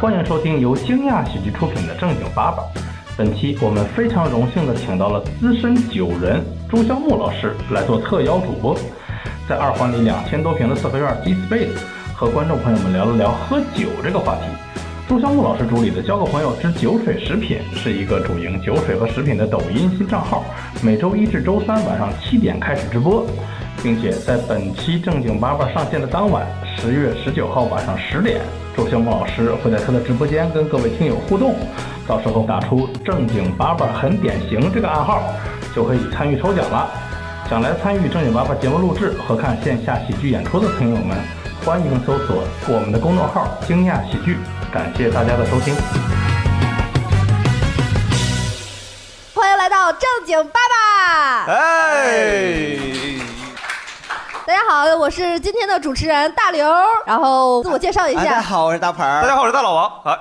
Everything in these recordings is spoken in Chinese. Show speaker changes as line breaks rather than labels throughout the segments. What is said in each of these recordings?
欢迎收听由惊讶喜剧出品的《正经八百》。本期我们非常荣幸地请到了资深九人朱萧木老师来做特邀主播，在二环里两千多平的四合院 G Space 和观众朋友们聊了聊喝酒这个话题。朱萧木老师主理的“交个朋友之酒水食品”是一个主营酒水和食品的抖音新账号，每周一至周三晚上七点开始直播，并且在本期正经八八上线的当晚，十月十九号晚上十点，朱萧木老师会在他的直播间跟各位听友互动，到时候打出“正经八八很典型”这个暗号，就可以参与抽奖了。想来参与正经八八节目录制和看线下喜剧演出的朋友们，欢迎搜索我们的公众号“惊讶喜剧”。感谢大家的收听。
欢迎来到正经爸 爸。
哎，
大家好，我是今天的主持人大刘，然后自我介绍一
哎大家
下，
好，我是大牌儿。
大家好，我是大老王。啊，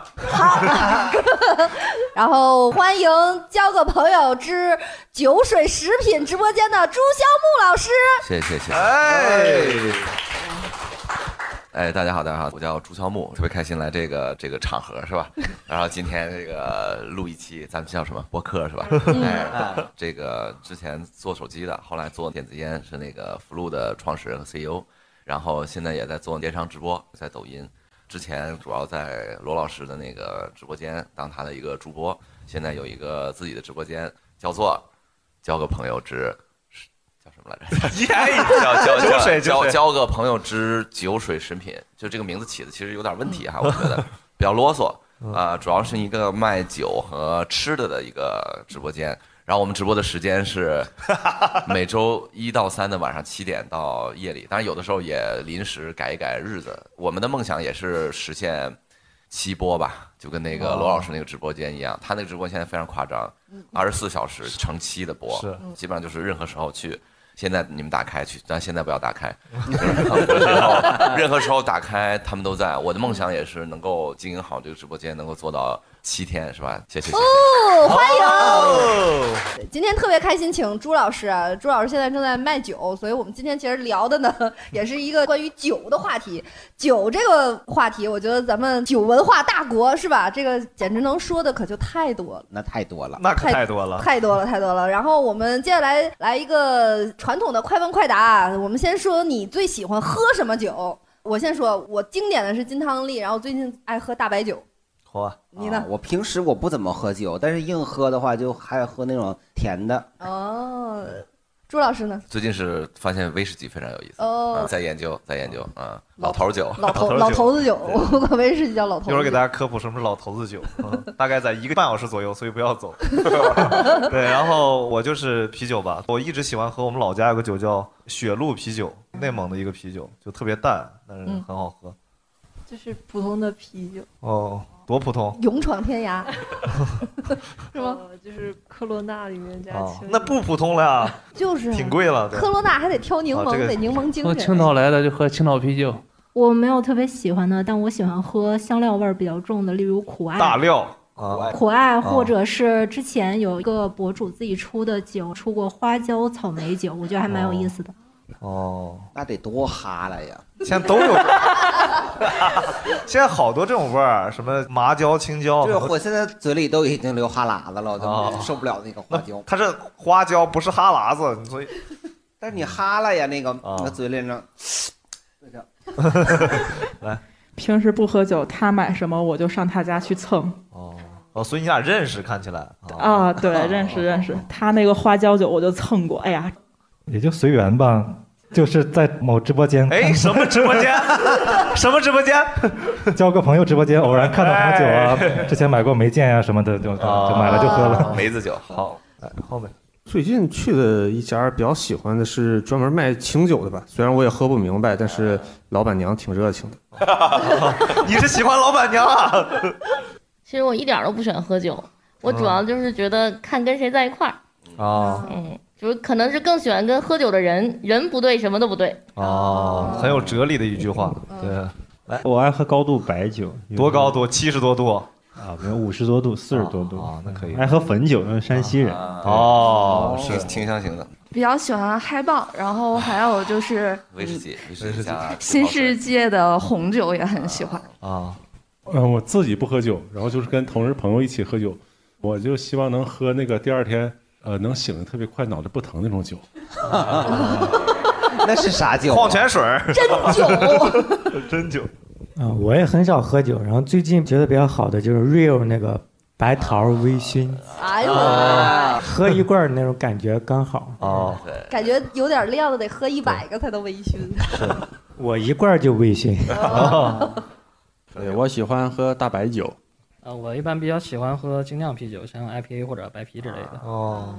然后欢迎交个朋友之酒水食品直播间的朱萧木老师。
谢谢谢谢。
哎，
哎，大家好，大家好，我叫朱乔木，特别开心来这个这个场合是吧？然后今天这个录一期，咱们叫什么播客是吧？哎，这个之前做手机的，后来做电子烟是那个福禄的创始人和 CEO，然后现在也在做电商直播，在抖音。之前主要在罗老师的那个直播间当他的一个主播，现在有一个自己的直播间，叫做交个朋友之是叫什么来着？ 交交
哎酒水
交
酒
交
水
交个朋友之酒水食品，就这个名字起的其实有点问题哈，我觉得比较啰嗦
嗯
啊、主要是一个卖酒和吃的的一个直播间。然后我们直播的时 间是每周一到三的晚上七点到夜里，当然有的时候也临时改一改日子。我们的梦想也是实现七播吧，就跟那个
哦
罗老师那个直播间一样，他那个直播现在非常夸张，啊二十四小时成期的播，
是
基本上就是任何时候去。现在你们打开去，但现在不要打开。 任何时候，任何时候打开，他们都在。我的梦想也是能够经营好这个直播间，能够做到七天，是吧？谢谢谢谢。
哦，欢迎！
哦，
今天特别开心，请朱老师。朱老师现在正在卖酒，所以我们今天其实聊的呢， 也是一个关于酒的话题。酒这个话题，我觉得咱们酒文化大国是吧？这个简直能说的可就太多了。
那太多了，
那可
太
太多了。
太多了，太多了。然后我们接下来来一个传统的快问快答。啊我们先说你最喜欢喝什么酒？我先说，我经典的是金汤力，然后最近爱喝大白酒。
嚯，
你呢
啊？我平时我不怎么喝酒，但是硬喝的话，就还喝那种甜的。
哦，朱老师呢？
最近是发现威士忌非常有意思，
哦
啊在研究，在研究啊，
老
老头儿酒，
老头
老头儿酒
老头 子酒，我管威士忌叫老头
一会儿
子
给
酒
大。家科普什么是老头 子酒，嗯大概在一个半小时左右，所以不要走。 对，然后我就是啤酒吧，我一直喜欢喝我们老家有个酒叫雪露啤酒，内蒙的一个啤酒，就特别淡，但是很好喝。
就是普通的啤酒
哦，多普通
勇闯天 涯，
是吗？就是科罗娜里面加
啊
青、！
那不普通了呀，
就是啊
挺贵了。对
科罗娜还得 挑柠
啊这
檬，
个
得柠檬精
喝
神
青。岛来的就喝青岛啤酒，
我没有特别喜欢的，但我喜欢喝香料味儿比较重的，例如苦
大
艾。
料啊，
苦 艾，
哦
或者是之前有一个博主自己出的酒，出过花椒草莓酒，我觉得还蛮有意思的。
哦，
那得多哈了呀！
现在都有。 现在好多这种味儿，什么麻椒、青椒，
就是
很多
我现在嘴里都已经流哈喇子了，我
哦
就受不了 那个花椒。
它是花椒，不是哈喇子，所以
但是你哈了呀，那个
哦
那个嘴里呢，
平时不喝酒，他买什么我就上他家去蹭
哦哦，所以你俩认识，看起来啊，
啊，对，认识认识。他那个花椒酒我就蹭过，哎呀，也就随缘吧，就是在某直播间，
哎，什么直播 间？什么直播间？
交个朋友直播间，偶然看
到什么酒啊，
之前买过梅见呀什么的，就
就买
了就喝 了。
梅子酒，
啊好，哎，后面
最近去的一家比较喜欢的是专门卖清酒的吧，虽然我也喝不明白，但是老板娘挺热情的。
你是喜欢老板娘 啊？
其实我一点儿都不喜欢喝酒，我主要就是觉得看跟谁在一块儿，
哦
哎
嗯，就是可能是更喜欢跟喝酒的人，人不对，什么都不对。
哦，很有哲理的一句话，
嗯
对，
我爱喝高度白酒，
多高度？七十多度
啊？没有五十多度，四十多度。
啊，那可以。啊
爱喝汾酒，因为山西人。
哦，是
是清香型的
比较喜欢嗨爆，然后还有就是
哎
威士忌，威士忌加
新世界的红酒也很喜欢。
啊，
嗯，我自己不喝酒，然后就是跟同事朋友一起喝酒，我就希望能喝那个第二天呃能醒得特别快，脑袋不疼那种酒。
那是啥
啊
酒？
矿泉水儿，
真酒，
真酒。
啊，我也很少喝酒，然后最近觉得比较好的就是 Real 那个白桃微醺，
哎呦我的
喝一罐儿那种感觉刚好。
哦，
妈，感觉有点量的得喝一百个才能微醺。
我一罐儿就微醺。
对，我喜欢喝大白酒。
呃，我一般比较喜欢喝精酿啤酒，像 IPA 或者白啤之类的。
哦，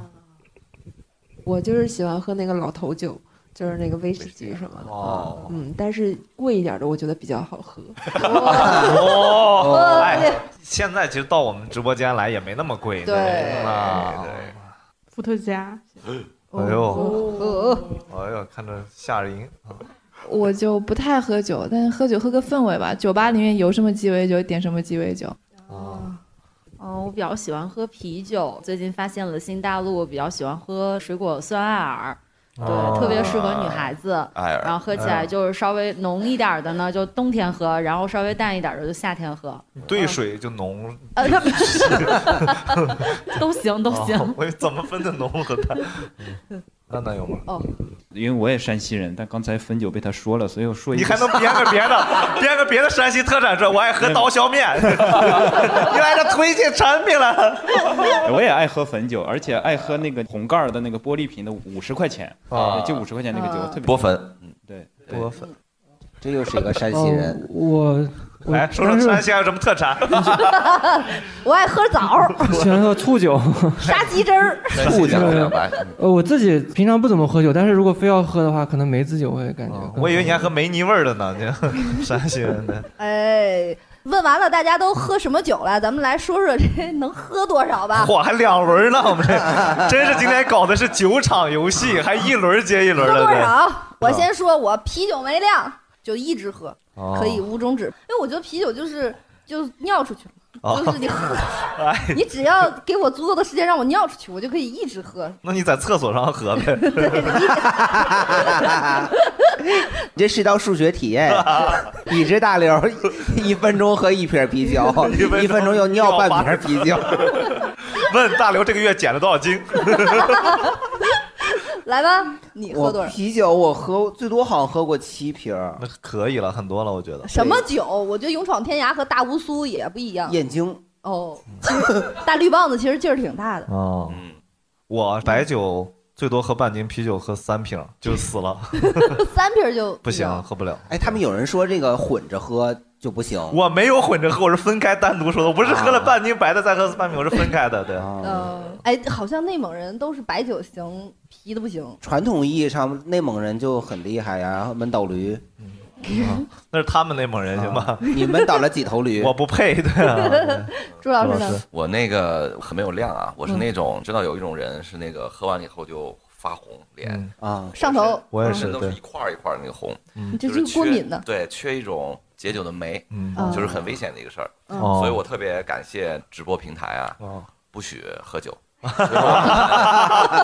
我 就是喜欢喝那个老头酒，就是那个威士忌什么的。
哦，
嗯，但是贵一点的我觉得比较好喝。
哦，哎，现在其实到我们直播间来也没那么贵，
对
啊，
伏特加，
对，哎呦，哎呦，看着吓人啊！
我就不太喝酒，但是喝酒喝个氛围吧。酒吧里面有什么鸡尾酒，点什么鸡尾酒。
啊
哦，我比较喜欢喝啤酒，最近发现了新大陆，比较喜欢喝水果酸艾尔，对，
哦
特别适合女孩子。
艾尔
然后喝起来就是稍微浓一点儿的呢，就冬天喝；然后稍微淡一点儿的就夏天喝，
兑水就浓，
呃，都行都行。
哦我怎么分的浓和淡？嗯那那有吗？
哦，
因为我也山西人，但刚才汾酒被他说了，所以我说一
你
个
还能编个别的， 编个别的山西特产这，我爱喝刀削面。你来这推荐产品了？
我也爱喝汾酒，而且爱喝那个红盖儿的那个玻璃瓶的，五十块钱
啊
就五十块钱那个酒，特别
博汾，
嗯，对，
博汾，
这又是一个山
西
人
呃我我
来哎说说山西还有什么特产？
我爱喝枣儿、
喜欢喝醋 酒，
杀鸡汁儿。
醋酒
对
白。
呃，我自己平常不怎么喝酒，但是如果非要喝的话，可能梅子酒会感觉更好。
啊我以为你还喝梅泥味儿的呢，你 山西人的。
哎，问完了大家都喝什么酒了，咱们来说说这 能喝多少吧。
嚯，还两轮 呢，我们 这真是今天搞的是九场游戏，还一轮接一轮
喝
的。
多
对
少？我先说，我啤酒没量，就一直喝，
哦
可以无终止，因为我觉得啤酒就是就尿出去了。
哦
就是你 喝，
哎，
你只要给我足够的时间让我尿出去，我就可以一直喝。
那你在厕所上喝呗。
你这是一道数学体验， 你这大刘一一分钟喝一瓶啤酒，一分钟又尿半瓶啤酒。
问大刘这个月减了多少斤？
来吧， 你喝
我
多少？
啤酒我喝最多好像喝过七瓶，
那可以了，很多了，我觉得。
什么酒？我觉得勇闯天涯和大乌苏也不一样。
眼睛
哦，其实大绿棒子其实劲儿挺大的。
哦，
嗯
我白酒最多喝半斤，啤酒喝三瓶就死 了，
三瓶就
不行，喝不了。
哎，他们有人说这个混着喝就不行，
我没有混着喝，我是分开单独说的，我不是
啊
喝了半斤白的再喝半瓶，我是分开的，对。
嗯，哎，好像内蒙人都是白酒行，啤的不行。
传统意义上内蒙人就很厉害呀、闷倒驴。
那是他们内蒙人行吧？
你们倒了几头驴？
我不配，对 啊。
朱老师呢？嗯
我那个很没有量啊，我是那种知道有一种人是那个喝完以后就发红
嗯
脸
啊，
上头
我也
是
是
都是一块儿一块儿那个红，
你这
就是
嗯是过
缺
敏的
对，缺一种解酒的酶，
嗯
就是很危险的一个事儿，
嗯
所以我特别感谢直播平台啊，
哦
不许喝酒。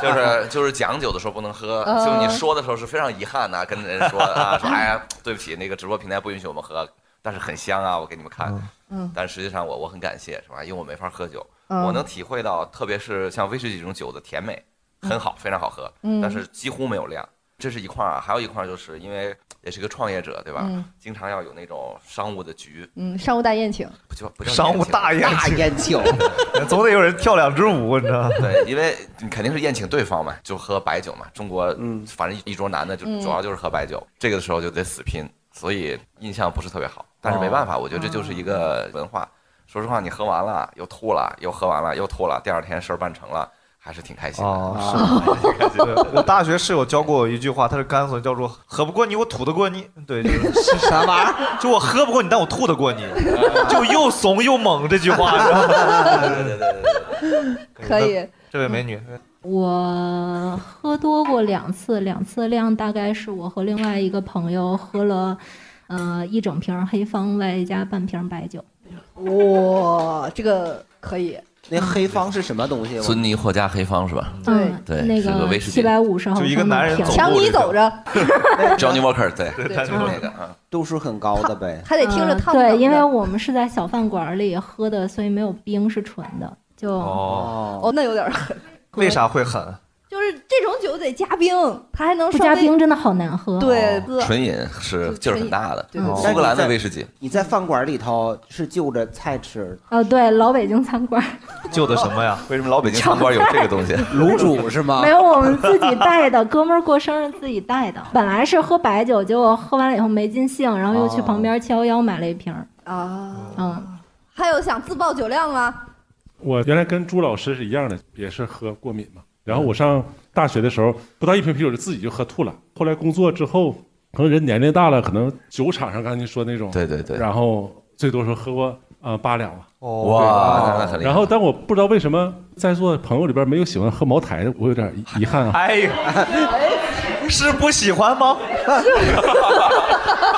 就是就是讲酒的时候不能喝，
哦
嗯
就你说的时候是非常遗憾的、跟人说啊，说哎呀，对不起，那个直播平台不允许我们喝，但是很香啊，我给你们看。
嗯
但实际上我我很感谢，是吧？因为我没法喝酒，
嗯
我能体会到，特别是像威士忌这种酒的甜美，很好，非常好喝，
嗯
但是几乎没有量。这是一块儿啊，还有一块儿就是因为也是个创业者，对吧？
嗯
经常要有那种商务的局，
嗯，商务大宴请。
不叫不叫
商务大宴请
宴请，
总得有人跳两支舞，你知道吗？
对，因为你肯定是宴请对方嘛，就喝白酒嘛。中国
嗯
反正一桌男的就
嗯
主要就是喝白酒，这个的时候就得死拼，所以印象不是特别好。但是没办法，我觉得这就是一个文化。说实话，你喝完了又吐了，又喝完了又吐了，第二天事儿办成了，还是挺开心的。啊
哦，是。 对我大学室友教过我一句话，他是甘肃人，叫做“喝不过你，我吐得过你”。对， 是
啥玩意儿？
就我喝不过你，但我吐得过你，就又怂又猛这句 话。是吧对对对
可以。
这位美女，
我喝多过两次，两次量大概是我和另外一个朋友喝了，呃，一整瓶黑方外加半瓶白酒。
哇，这个可以。
那黑方是什么东西？
尊尼获加黑方是吧？
对
对，
嗯那
是个
个
威士忌
七，百五十毫升的瓶
强尼走着，
Johnny Walker，对，
对
就是那个，嗯
度数很高的呗。
还得听着
嗯
烫
对，
手
因为
的
我们是在小饭馆里喝的，所以没有冰，是纯的。就
哦，那有点狠，
为啥会狠？
就是这种酒得加冰，它还能
不
稍
加
微
冰真的好难喝。哦
对喝
纯饮是劲儿很大的，
对对对
苏格兰的威士忌，
你在饭馆里头是就着菜吃，
呃，对，老北京餐馆儿
就的什么呀？
为什么老北京餐馆有这个东 西？
卤煮是
啊
吗
没有我们自己带的， 哥们儿过生日自己带的。本来是喝白酒，结果喝完了以后没尽兴，然后又去
哦
旁边七幺幺买了一瓶儿。
啊。
嗯，
还有想自曝酒量吗？
我原来跟朱老师是一样的，也是喝过敏嘛。然后我上大学的时候，不到一瓶啤酒就自己就喝吐了。后来工作之后，可能人年龄大了，可能酒场上刚才您说那种，
对对对
然后最多时候喝过呃八两吧。
哇那
对
那很厉害
然后，但我不知道为什么在座的朋友里边没有喜欢喝茅台的，我有点遗憾啊。
哎呀，是不喜欢吗？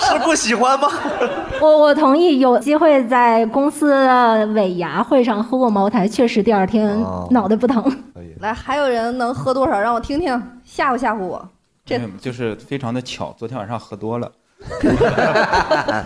是不喜欢吗？
我我同意，有机会在公司的尾牙会上喝过茅台，确实第二天
哦
脑袋不疼。
来，还有人能喝多少？让我听听，吓唬吓唬我。这
嗯就是非常的巧，昨天晚上喝 多了，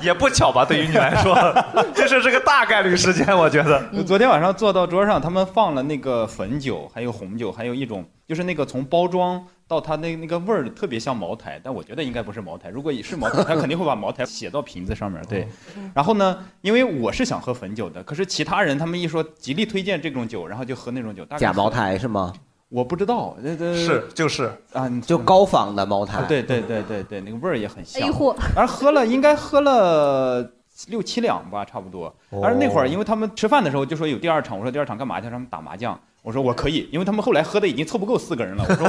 也不巧吧？对于你来说， 这是是个大概率事件，我觉得。
嗯
昨天晚上坐到桌上，他们放了那个汾酒，还有红酒，还有一种就是那个从包装到它那那个味儿特别像茅台，但我觉得应该不是茅台。如果也是茅台，他肯定会把茅台写到瓶子上面。
嗯
对，然后呢，因为我是想喝汾酒的，可是其他人他们一说极力推荐这种酒，然后就喝那种酒，大概
假
喝
茅台是吗？
我不知道，呃这这
是
就是
啊，你
就高仿的茅台
啊。对对对对对，那个味儿也很
哎
像。
A 货，
而喝了应该喝了六七两吧，差不多。而那会儿因为他们吃饭的时候就说有第二场，我说第二场干嘛去？他们打麻将。我说我可以，因为他们后来喝的已经凑不够四个人了。我说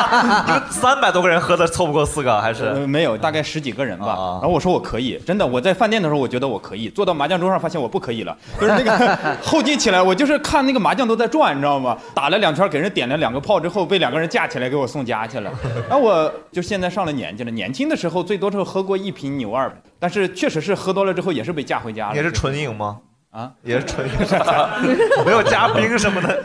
三百多个人喝的凑不够四个，还是啊
呃没有，大概十几个人吧。然后我说我可以，真的，我在饭店的时候我觉得我可以，坐到麻将桌上发现我不可以了，就是那个 后劲起来，我就是看那个麻将都在转，你知道吗？打了两圈，给人点了两个炮之后，被两个人架起来给我送家去了。然后我就现在上了年纪了，年轻的时候最多时候喝过一瓶牛二，但是确实是喝多了之后也是被架回家了。
也是纯饮 吗？
啊，
也是纯饮，没有加冰什么的，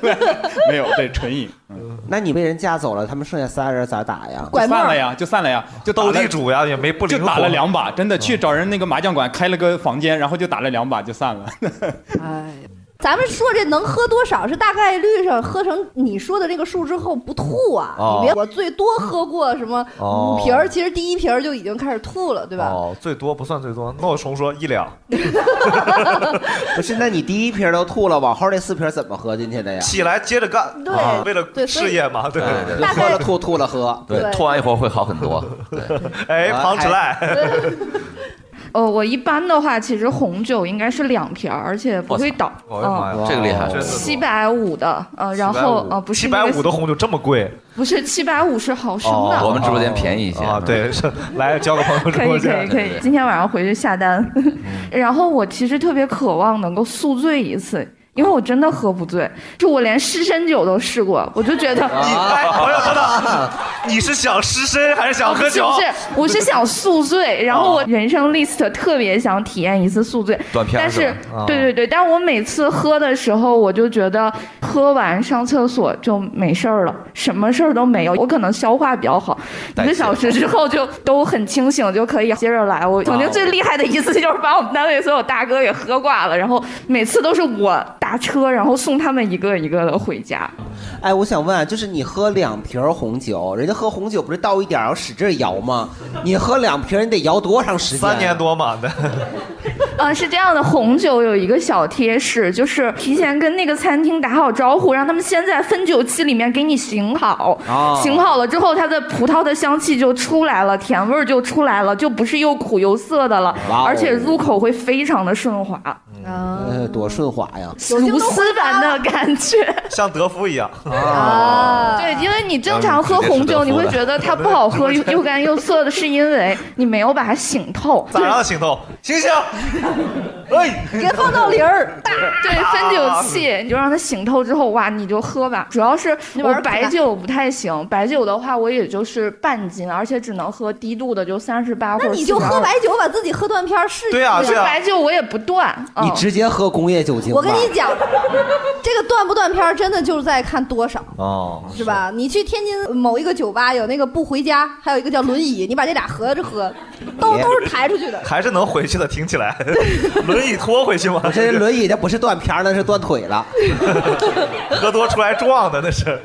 没有，对，纯饮。嗯
那你被人架走了，他们剩下仨人咋打呀？
就散了呀，就散了呀，就斗地
主呀，也没不嗯
就打了两把，真的去找人那个麻将馆开了个房间，然后就打了两把就散 了。
咱们说这能喝多少是大概率上喝成你说的这个数之后不吐啊？
哦
你别，我最多喝过什么
哦
五瓶儿，其实第一瓶儿就已经开始吐了，对吧？
哦，最多不算最多，那我重说一两，
不是，那你第一瓶都吐了，往后那四瓶怎么喝进去的呀？
起来接着干，
对
啊为了
对所以
事业嘛，对
对
就喝了吐，吐了喝。
对，吐完一会儿会好很多。
哎，
啊
庞之赖，
呃，我一般的话，其实红酒应该是两瓶儿，而且不会倒。嗯
我的妈哎呀，
哦这个厉害
真的
七百五的，呃，然后呃，不是
七
那
百
个
五的红哦酒这么贵，
不是七百五是毫升的。
哦我们直播间便宜一些
啊，对，是来交个朋友
可
直
以
播
可
间，
以可以，今天晚上回去下单。 然后我其实特别渴望能够宿醉一次，因为我真的喝不醉，就我连湿身酒都试过，我就觉得。
啊
你哎，我想知道，你是想失身还是想喝酒？
哦
哦
不是，我是想宿醉，然后我人生 list 特别想体验一次宿醉，
断片儿
但
是
是
吧啊
对对对，但我每次喝的时候，我就觉得喝完上厕所就没事儿了，什么事儿都
嗯
没有，我可能消化比较好，一个小时之后就都很清醒，就可以接着来。我曾经最厉害的一次就是把我们单位所有大哥给喝挂了，然后每次都是我打车，然后送他们一个一个的回家。
哎，我想问啊，就是你喝两瓶红酒，人家喝红酒不是倒一点儿然后使劲摇吗？你喝两瓶，你得摇多长时间？啊
三年多嘛，对。
嗯，是这样的，红酒有一个小贴士，就是提前跟那个餐厅打好招呼，让他们先在分酒器里面给你醒好，
哦
醒好了之后，它的葡萄的香气就出来了，甜味儿就出来了，就不是又苦又涩的了，
哇哦
而且入口会非常的顺滑，
啊
呃，多顺滑呀！
如斯凡的感觉。
像德芙一样
啊
对，因为你正常喝红酒，
嗯直接吃德芙
你会觉得 它不好喝，又又干又涩的，是因为你没有把它醒透。
咋让醒透？醒醒！ 哎，
别
放到零儿，
对，分酒器，你就让它醒透之后，哇，你就喝吧。主要是
那玩
我
意儿
白
可大
酒不太行，白酒的话我也就是半斤，而且只能喝低度的，就三十八或
那
者
你就喝
42
啊
白酒，把自己喝断片儿试一试。
喝白酒我也不断，
哦
你直接喝工业酒精吧。
我跟你讲，这个断不断片儿真的就是在看多少，
哦
是吧？你去天津某一个酒吧，有那个不回家，还有一个叫轮椅，你把这俩合着喝，都都是抬出去的。
还是能回去的，听起来。 轮椅拖回去吗？
我这轮椅那不是断片儿，那是断腿了。
喝多出来撞的那 是。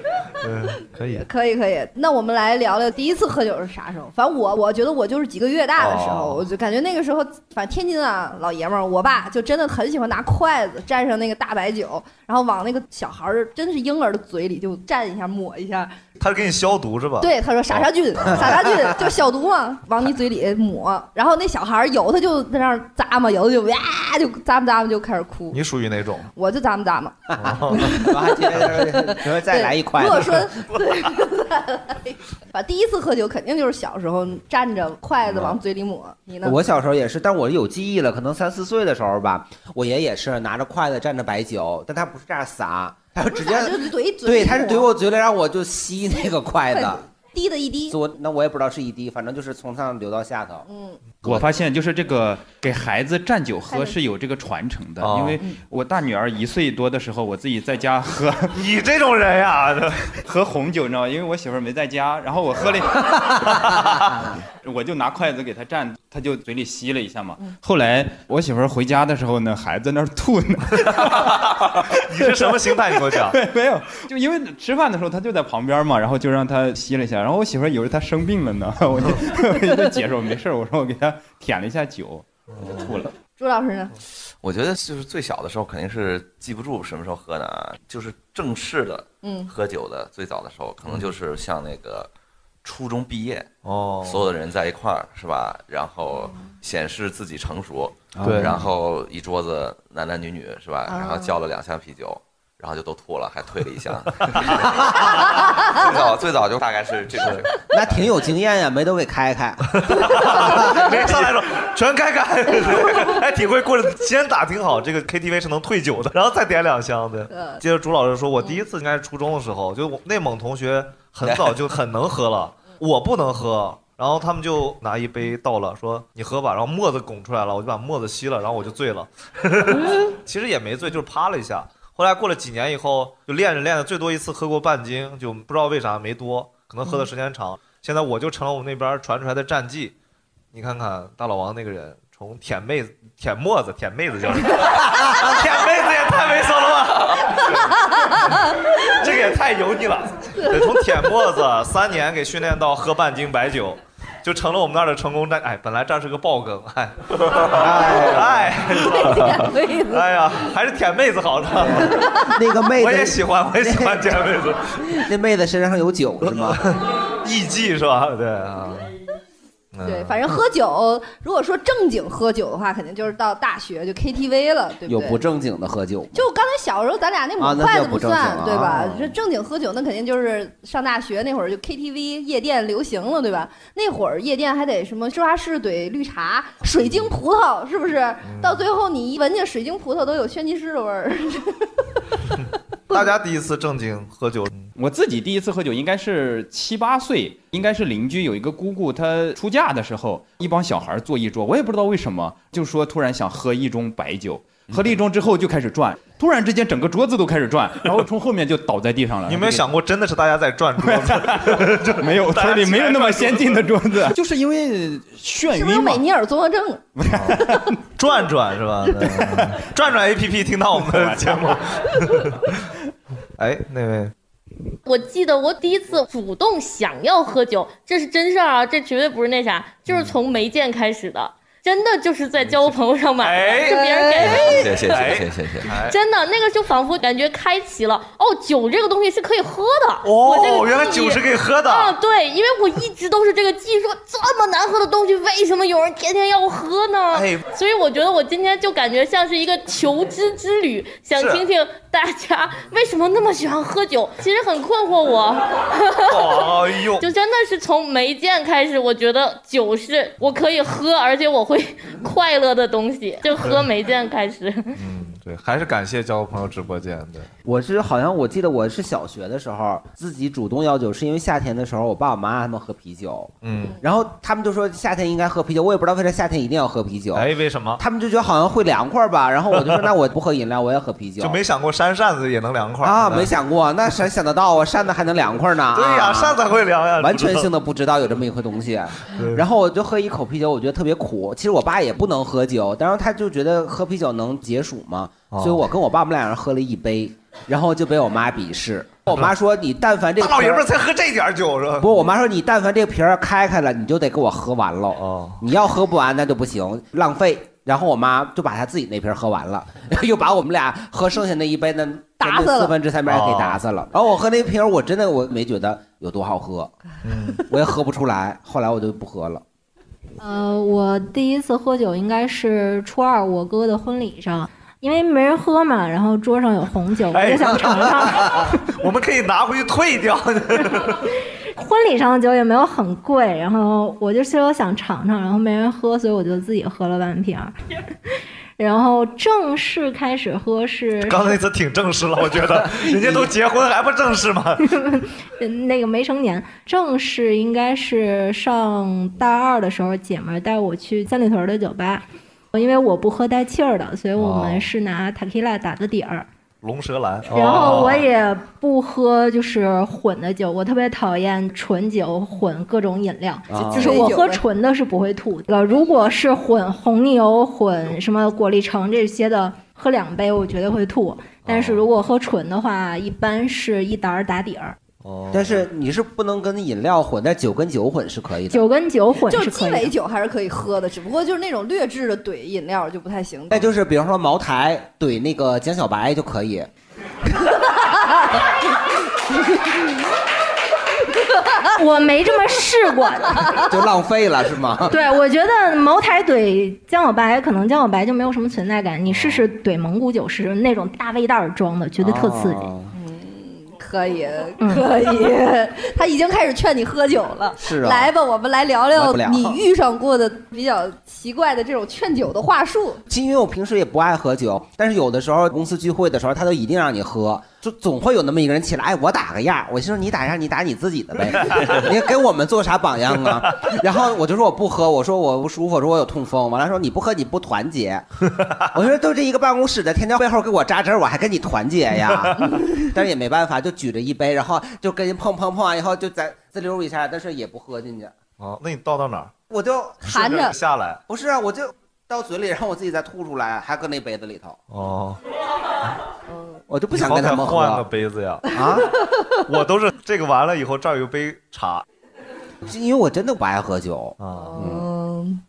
嗯，可以。
可以可以，那我们来聊聊第一次喝酒是啥时候？反正我我觉得我就是几个月大的时候，
哦
我就感觉那个时候，反正天津啊老爷们儿，我爸就真的很喜欢拿筷子蘸上那个大白酒，然后往那个小孩儿真的是婴儿的嘴里就蘸一下抹一下。
他是给你消毒是吧？哦
对，他说傻杀菌，
哦
傻杀菌 就消毒嘛，往你嘴里抹。然后那小孩儿有的就在那儿咂嘛，有的就哇就咂吧咂吧就开始哭，
你属于哪 种？哦
我就咂吧咂嘛。
然后再来一块。
如果说对，把第一次喝酒肯定就是小时候蘸着筷子往嘴里抹，你呢？
我小时候也是，但我有记忆了，可能三四岁的时候吧，我爷也是拿着筷子蘸着白酒，但他不是这样撒，他就直接
就是怼嘴，
对，他是怼我嘴里，让我就吸 那个筷子，
滴的一滴。
所以我那我也不知道是一滴，反正就是从上流到下头。
嗯，
我发现就是这个给孩子蘸酒喝是有这个传承的，
哦
因为我大女儿一岁多的时候，我自己在家喝。
你这种人呀，
喝红酒你知道吗？因为我媳妇儿没在家，然后我喝了， 我就拿筷子给她蘸，她就嘴里吸了一下嘛。后来我媳妇儿回家的时候呢，孩子在那儿吐呢。
你是什么心态？你给我 讲。
对，没有，就因为吃饭的时候他就在旁边嘛，然后就让他吸了一下，然后我媳妇儿以为他生病了呢，我就我就在解释我没事儿，我说我给他舔了一下酒，他就吐了。
朱老师呢？
我觉得就是最小的时候肯定是记不住什么时候喝的，啊就是正式的，
嗯
喝酒的最早的时候，可能就是像那个初中毕业
哦
所有的人在一块儿是吧？然后
嗯
显示自己成熟，
对
然后一桌子男男女女是吧？
啊
然后叫了两箱啤酒，然后就都吐了，还退了一 箱。最早最早就大概是 这种，
那挺有经验呀，没都给开开。
没上来说 全开开，还挺会过日子。先打听好这个 KTV 是能退酒的，然后再点两箱的
嗯。
接着朱老师说，我第一次应该是初中的时候，就我内蒙同学很早就很能喝了，我不能喝。然后他们就拿一杯倒了，说你喝吧。然后沫子拱出来了，我就把沫子吸了，然后我就醉了。其实也没醉，就是趴了一下。后来过了几年以后，就练着练着，最多一次喝过半斤，就不知道为啥没多，可能喝的时间长。现在我就成了我们那边传出来的战绩。你看看大老王那个人，从舔妹子、舔沫子、舔妹子叫什么？ 舔妹子也太猥琐了吧！ 这个也太油腻了。对，从舔沫子三年给训练到喝半斤白酒，就成了我们那儿的成功战。哎，本来这儿是个爆梗，哎， 哎，哎，哎呀，还是舔妹子好呢。
那个妹子，
我也喜欢，我也喜欢舔妹子，
那妹子身上有酒是吗？
艺妓是吧？对啊。
嗯
嗯
对，反正喝酒，如果说正经喝酒的话，肯定就是到大学就 KTV 了，对不
有
对？
不正经的喝酒吗？
就刚才小时候咱俩那抹
啊那
筷
叫
子
不正
算，
经啊
对吧
啊？
这正经喝酒那肯定就是上大学那会儿就 KTV 夜店流行了，对吧？那会儿夜店还得什么芝华士怼绿茶、水晶葡萄，是不
嗯
是？到最后你一闻见水晶葡萄都有轩尼诗的味儿。
大家第一次正经喝酒，
我自己第一次喝酒应该是七八岁，应该是邻居有一个姑姑，她出嫁的时候，一帮小孩儿坐一桌，我也不知道为什么，就说突然想喝一盅白酒，喝了一盅之后就开始转，突然之间整个桌子都开始转，然后从后面就倒在地上了。
你有没有想过，真的是大家在转桌子？
没 有，村里没有那么先进的桌
啊
子， 就是因为眩
是不是
晕
有
嘛
美。尼尔综合症？
转转是 吧？转转 APP 听到我们的节目。 哎，那 位，
我记得我第一次主动想要喝酒，这是真事儿啊，这绝对不是那啥，就是从梅见开始的，真的就是在交朋友上买的，
哎
是别人给的。
谢谢谢谢谢谢谢谢。
哎
真的，那个就仿佛感觉开启了哦，酒这个东西是可以喝的。我这个
哦原来
记忆
酒是可以喝的
嗯，对，因为我一直都是这个记忆，说这么难喝的东西，为什么有人天天要喝呢？
哎
所以我觉得我今天就感觉像是一个求知之旅，想
是
听听大家为什么那么喜欢喝酒，其实很困 惑我。
哦
哎呦，
就真的是从没见开始，我觉得酒是我可以喝，而且我会快乐的东西，就喝没见开始。
嗯，对，还是感谢交个朋友直播间，对，
我是好像我记得我是小学的时候自己主动要酒，是因为夏天的时候我爸我妈他们喝啤酒，
嗯，
然后他们就说夏天应该喝啤酒，我也不知道为啥夏天一定要喝啤酒，
哎，为什么？
他们就觉得好像会凉快吧，然后我就 说那我不喝饮料，我也喝啤酒，
就没想过扇扇子也能凉快嗯
啊，没想过，那谁想得到啊？扇子还能凉快呢？
对呀
啊
扇子会凉呀
完全性的不知道有这么一个东西。然后我就喝一口啤酒，我觉得特别苦。其实我爸也不能喝酒，但是他就觉得喝啤酒能解暑嘛，
哦
所以我跟我爸我们俩人喝了一杯，然后就被我妈鄙视。我妈说：“你但凡这个
大老爷们儿才
瓶
喝这点儿酒是吧？
儿不，我妈说你但凡这个瓶儿开开了，你就得给我喝完了。你要喝不完那就不行，浪费。”然后我妈就把她自己那瓶儿喝完了， 然后又把我们俩喝剩下那一杯的
打死了
四分之三杯儿给打死了。然后我喝那瓶儿，我真的我没觉得有多好喝，我也喝不出来。后来我就不喝了。
呃，我第一次喝酒应该是初二我哥的婚礼上，因为没人喝嘛，然后桌上有红酒，我
哎
就想尝尝。
我们可以拿回去退掉。
婚礼上的酒也没有很贵，然后我就说想尝尝，然后没人喝，所以我就自己喝了半瓶儿。 然后正式开始喝是
刚才那次挺正式了，我觉得人家都结婚还不正式吗？
呃那个没成年，正式应该是上大二的时候，姐们儿带我去三里屯的酒吧，因为我不喝带气儿的，所以我们是拿 tequila 打的底儿。
龙舌兰，哦
然后我也不喝就是混的酒，我特别讨厌纯酒混各种饮料
啊，
就是我喝纯的是不会吐的。如果是混红牛、混什么果粒橙这些的，喝两杯我绝对会吐。但是如果喝纯的话，一般是一打儿打底儿，
但是你是不能跟饮料混，但酒跟酒混是可以的。
酒跟酒混
是
就
可
是
以的
鸡尾酒还是可以喝的，只不过就是那种劣质的怼饮料就不太行。
那就是比方说茅台怼那个江小白就可以。
我没这么试过。
就浪费了是 吗？
对，我觉得茅台怼江小白，可能江小白就没有什么存在感。你试试怼蒙古酒是那种大胃袋儿装的，觉得特刺激。
哦
可以，
嗯
可以，他已经开始劝你喝酒了。
是啊
来吧，我们来聊
我也
聊
不聊
你遇上过的比较奇怪的这种劝酒的话术。
其实因为我平时也不爱喝酒，但是有的时候公司聚会的时候，他都一定让你喝，就总会有那么一个人起来，哎，我打个样儿。我心说你打样儿，你打你自己的呗，你给我们做啥榜样啊？然后我就说我不喝，我说我不舒服，我说我有痛风。完了说你不喝你不团结，我说都这一个办公室的，天天背后给我扎针儿，我还跟你团结呀？ 但是也没办法，就举着一杯，然后就跟人碰碰碰完以后就咱滋溜一下，但是也不喝进去，
哦，那你倒到哪儿？
我就
含着下来。
不是啊，我就到嘴里，然后我自己再吐出来，还搁那杯子里头。
哦，
哎我就不想跟他们喝
你好歹换个杯子呀！
啊，
我都是这个完了以后，这儿有杯茶。
因为我真的不哦爱喝酒
啊，
嗯，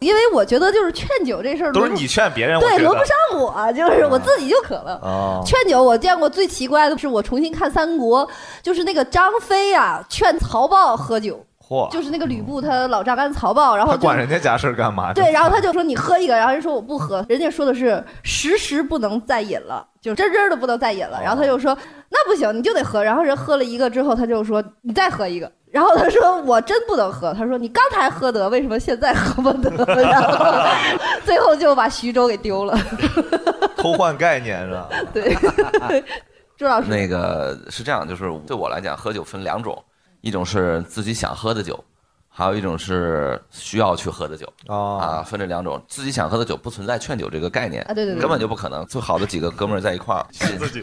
因为我觉得就是劝酒这事儿
都是
轮
你劝别人，我
对，
觉
轮
得嗯
不上我，就是我自己就渴了。
哦
劝酒，我见过最奇怪的是，我重新看《三国》，就是那个张飞啊，劝曹豹喝酒，
嚯，
就是那个吕布他老丈干曹豹，然后
他
就
管人家家事儿干
啊
嘛？
对，然后他就说你喝一个，然后人说我不喝，人家说的是时时不能再饮了，就是真真的不能再饮了。然后
哦
他就说那不行，你就得喝。然后人喝了一个之后，他就说你再喝一个。然后他说我真不能喝，他说你刚才喝得，为什么现在喝不得？ 然后最后就把徐州给丢了。
偷换概念是吧？
对， 朱老师，
那个是这样，就是对我来讲，喝酒分两种，一种是自己想喝的酒，还有一种是需要去喝的酒。
哦
啊，分这两种，自己想喝的酒不存在劝酒这个概念
啊对对对
根本就不可能。最好的几个哥们儿在 一块儿，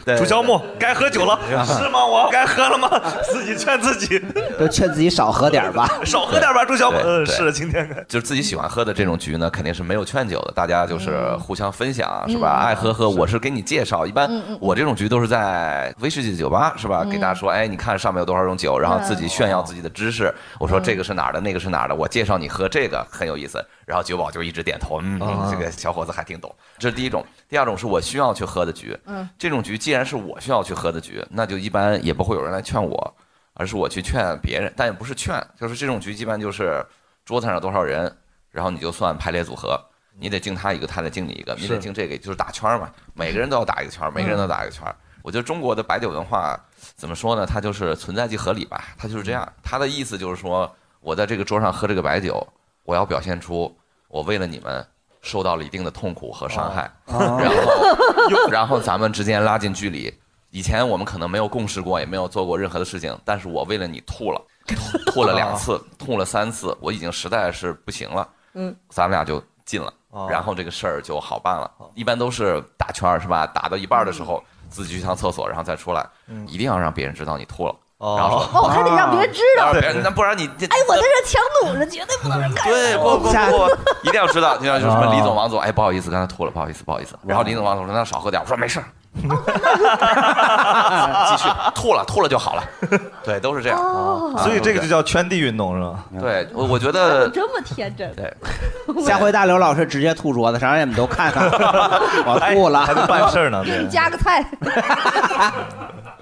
对
楚乔木该喝酒 了，
对
是吗？我该喝 了吗？自己劝自己，
都劝自己少喝点儿吧。
少喝点吧，朱乔木。
对
嗯，
对
是今天该。
就是自己喜欢喝的这种局呢，肯定是没有劝酒的，大家就是互相分享，啊
嗯
是吧？
嗯
爱喝喝，我是给你介绍。一般
嗯嗯
我这种局都是在威士忌酒吧，是吧？
嗯
给大家说，哎，你看上面有多少种酒，然后自己炫耀自己的知识。我
嗯
说这个是哪儿的，那个是哪儿的，我介绍你喝这个很有意思。然后酒保就一直点头，嗯，
啊
这个小伙子还挺懂。这是第一种，第二种是我需要去喝的局。
嗯
这种局既然是我需要去喝的局，那就一般也不会有人来劝我，而是我去劝别人，但也不是劝，就是这种局一般就是桌子上有多少人，然后你就算排列组合，你得敬他一个，他得敬你一个，你得
是
敬这个，就是打圈儿嘛，每个人都要打一个圈儿，每个
嗯
人都打一个圈儿。我觉得中国的白酒文化怎么说呢？它就是存在即合理吧，它就是这样。它的意思就是说，我在这个桌上喝这个白酒，我要表现出我为了你们受到了一定的痛苦和伤害，
啊
哦
然后然后咱们之间拉近距离。以前我们可能没有共事过，也没有做过任何的事情，但是我为了你吐了，吐吐了两次，吐了三次，我已经实在是不行了。
嗯，
咱们俩就进了，然后这个事儿就好办了。一般都是打圈儿是吧？打到一半儿
嗯
的时候，自己去趟厕所，然后再出来，一定要让别人知道你吐了。然后啊
哦，还得让别人知道。
别人那不然你这
哎，我在这强弩着，绝对不能让人看。
对，哎不不不，一定要知道，就像就是什么李总王总，哎，不好意思，刚才吐了，不好意思，不好意思。然后李总王总说那少喝点，我 说没事儿， 继续吐了吐了就好了。对，都是这样，
哦
所以这个就叫圈地运动是吧？
啊
对，我我 觉得
这么天真。
对，
下回大刘老师直接吐桌子上，让你们都 看看，我吐了，
哎还得办事儿呢
给你加个菜，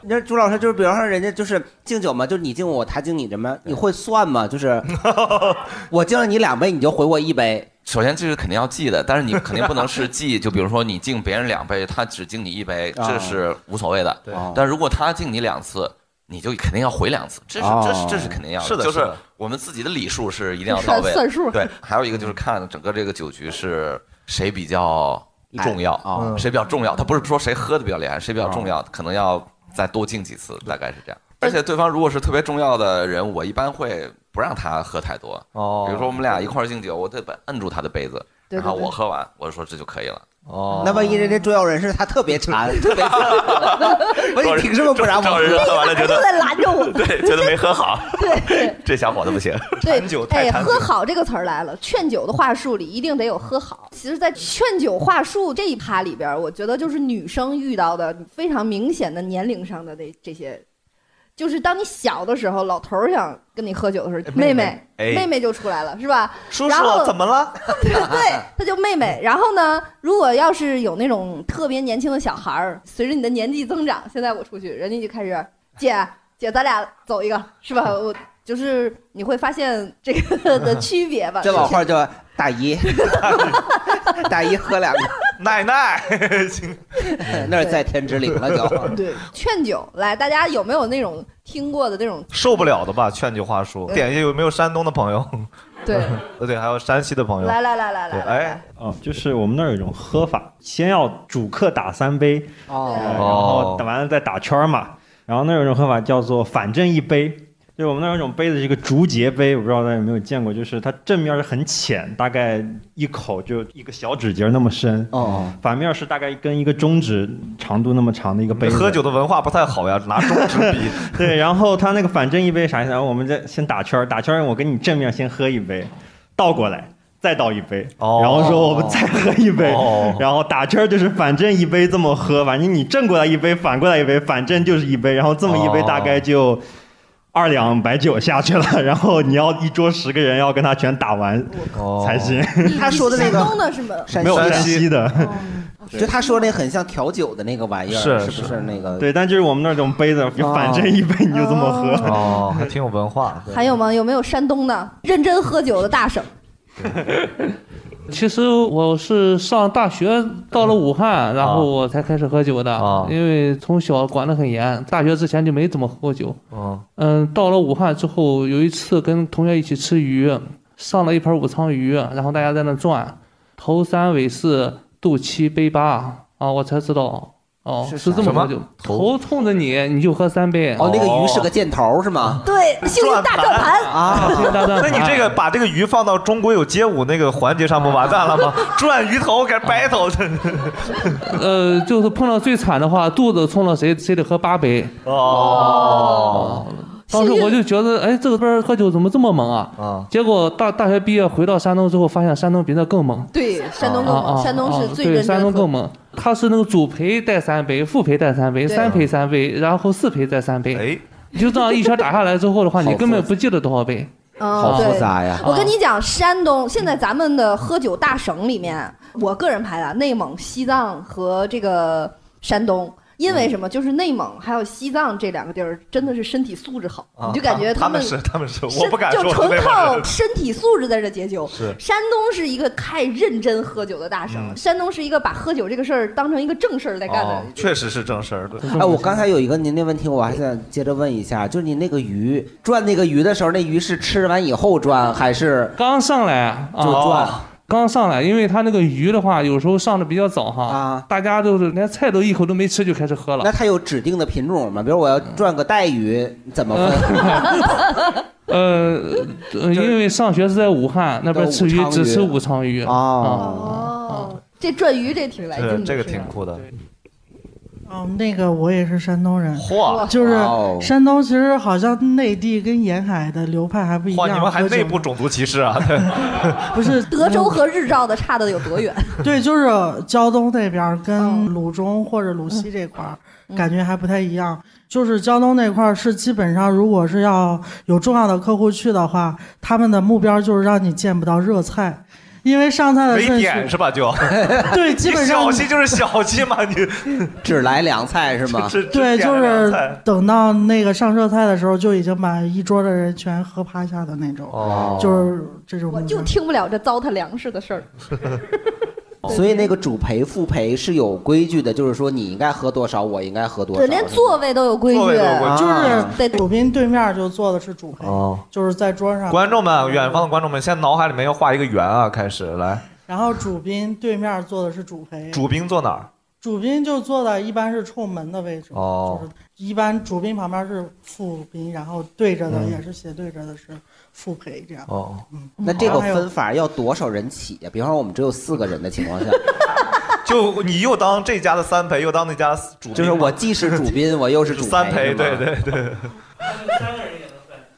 你看朱老师，就是比方说人家就是敬酒嘛，就是你敬我，他敬你什么，你会算吗？就是 我敬了你两杯，你就回我一杯。
首先这是肯定要记的，但是你肯定不能是 记，就比如说你敬别人两杯，他只敬你一杯，
啊
这是无所谓的。
对
但如果他敬你两次，你就肯定要回两次，这是
哦
这是这是肯定要
是的
就是是
的
我们自己的礼数是一定要到位的。
算算数
对，还有一个就是看整个这个酒局是谁比较重要
哎哦
谁比较重要，他不是说谁喝的比较厉害，谁比较重要，可能要再多敬几次，大概是这样。而且啊对方如果是特别重要的人，我一般会不让他喝太多。
哦
比如说我们俩一块儿敬酒，我得把摁住他的杯子，
对对
然后
对
我喝完，我就说这就可以了。哦
那 万一人家重要人士他特别馋， 特别不是你凭什么不让我
找人喝完了觉得
就在拦着我
对，觉得没喝好，
对，
这小伙子不行。
对
酒，太
哎，
贪
喝
酒
好这个词儿来了。劝酒的话术里一定得有喝好。其实，在劝酒话术这一趴里边儿，我觉得就是女生遇到的非常明显的年龄上的这这些，就是当你小的时候，老头儿想跟你喝酒的时候，妹妹
哎
妹妹就出来了，是吧？
叔
然后
叔怎么了？
对，她就妹妹。然后呢，如果要是有那种特别年轻的小孩儿，随着你的年纪增长，现在我出去，人家就开始姐 姐，咱俩走一个，是吧？我就是你会发现这个的区别吧。
这老话叫大 姨，大姨喝两个，
奶奶，
那是在天之灵了就。
对，劝酒来，大家有没有那种听过的那种？
受不了的吧？劝句话术，
对
点一下有没有山东的朋友？
对，
呃对，还有山西的朋友。
来来来来
对，
来，
哎，
哦，就是我们那儿有一种喝法，先要主客打三杯，
哦
呃然后 打完了再打圈儿嘛。然后那儿有一种喝法叫做反正一杯，就是我们那儿有一种杯子是一个竹节杯，我不知道大家有没有见过，就是它正面是很浅，大概一口就一个小指节那么深，
哦，
反面是大概跟一个中指长度那么长的一个杯子。
喝酒的文化不太好呀， 拿中指比。
对，然后他那个反正一杯啥意思？然后我们再先打圈儿，打圈儿我跟你正面先喝一杯，倒过来再倒一杯，
哦
然后说我们再喝一杯，然后打圈儿就是反正一杯这么喝，反正你正过来一杯，反过来一杯，反正就是一杯，然后这么一杯
哦
大概就。二两白酒下去了，然后你要一桌十个人要跟他全打完
哦
才行。
他说的那
山东
个，
的是吗？
山
没有
西
山西的，
就他说那很像调酒的那个玩意儿，
是
是不是那个？
对，但就是我们那种杯子，就反正一杯你就这么喝。
哦，还挺有文化。
还有吗？有没有山东的认真喝酒的大省？
其实我是上大学到了武汉，然后我才开始喝酒的，因为从小管得很严，大学之前就没怎么喝过酒。
哦，
嗯，到了武汉之后，有一次跟同学一起吃鱼，上了一盘武昌鱼，然后大家在那转，头三尾四，肚脐杯八啊，我才知道哦
是
是
啥
这么喝
什
酒
么，
头痛着你你就喝三杯。
哦，那个鱼是个箭头是吗？
对，
星星大转盘啊星星大转
那
盘
你这个把这个鱼放到中国有街舞那个环节上，不完蛋了吗？ 转鱼头给 battle
呃，就是碰到最惨的话，肚子冲了谁谁得喝八杯。
哦，
当时我就觉得，哎，这个边喝酒怎么这么猛啊？
啊！
结果大大学毕业回到山东之后，发现山东比那更猛。
对，山东更
啊啊
猛，山东是
啊
最
对
认
山
真
东
喝
更。猛。他是那个主陪带三杯，副陪带三杯，
对
三陪三杯，然后四陪带三杯。
哎，
就这样一圈打下来之后的话，你根本不记得多少杯。
嗯
好复杂
对
呀哦
我跟你讲，山东现在咱们的喝酒大省里面，我个人排的内蒙、西藏和这个山东。因为什么？就是内蒙还有西藏这两个地儿，真的是身体素质好，
啊
你就感觉
他
们
是他们是，
是
我不敢说
就
我是内
纯
蒙
靠
人
身体素质在这解酒。
是
山东是一个太认真喝酒的大省，
嗯
山东是一个把喝酒这个事儿当成一个正事儿在干的。
哦，确实是正事儿。对
哎，我刚才有一个您的问题，我还想接着问一下，就是你那个鱼转那个鱼的时候，那鱼是吃完以后转还是
刚上来啊
就转？
刚上来，因为他那个鱼的话，有时候上的比较早哈，大家都是连菜都一口都没吃就开始喝了。
啊那它有指定的品种吗？比如我要赚个带鱼，怎么 分？
呃呃， 呃因为上学是在武汉，那边吃鱼只吃武昌
哦
哦
鱼啊。
这转鱼这挺来劲的，是吧
酷的。
嗯，那个我也是山东人，
嚯
就是
哇哦
山东，其实好像内地跟沿海的流派还不一
哇，
样。
你们还
喝酒
内部种族歧视啊？
不是
德州和日照的差的有多远？ 嗯
对，就是胶东那边儿跟鲁中或者鲁西这块儿、感觉还不太一样。就是胶东那块儿是基本上，如果是要有重要的客户去的话，他们的目标就是让你见不到热菜，因为上菜的
没
顺序
点是吧？就
嗯 对基本上
你小气就是小气嘛，你
只来两菜是 吗？
对，就是等到那个上热菜的时候，就已经把一桌的人全喝趴下的那种，
哦
就是这种。
我就听不了这糟蹋粮食的事儿。
所以那个主陪副陪是有规矩的，就是说你应该喝多少，我应该喝多少。
对，连座位都有规矩，啊
就是在主宾对面就坐的是主陪，
哦，
就是在桌上。
观众们，远方的观众们，现在脑海里面要画一个圆啊，开始来，
然后主宾对面坐的是主陪，
主宾坐哪儿？
主宾就坐在一般是冲门的位置，
哦，
一般主宾旁边是副宾，然后对着的
嗯
也是斜对着的是副陪这样。
哦，
那这个
嗯还有
分法要多少人起呀？比方说我们只有四个人的情况 下，
就你又当这家的三陪，又当那家主宾，
就是我既是主宾，我又是主
三陪，
陪，
对对哦
对。
对。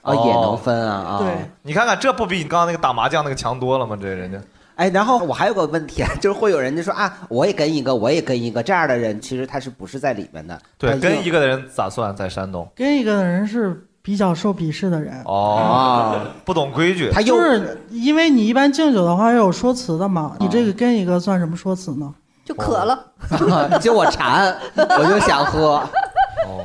啊，也能分啊啊！
对，你看看这不比你刚刚那个打麻将那个强多了吗？这人家
哎，然后我还有个问题，啊， 就是会有人就说啊，我也跟一个，我也跟一个，这样的人其实他是不是在里面的？
对
他
跟
就
一个的人咋算？在山东
跟一个人是比较受鄙视的人，
啊
哦，不懂规矩，
就是因为你一般敬酒的话要有说辞的
啊
嘛，你这个跟一个算什么说辞呢？
就渴了。
就我馋，我就想喝。
哦，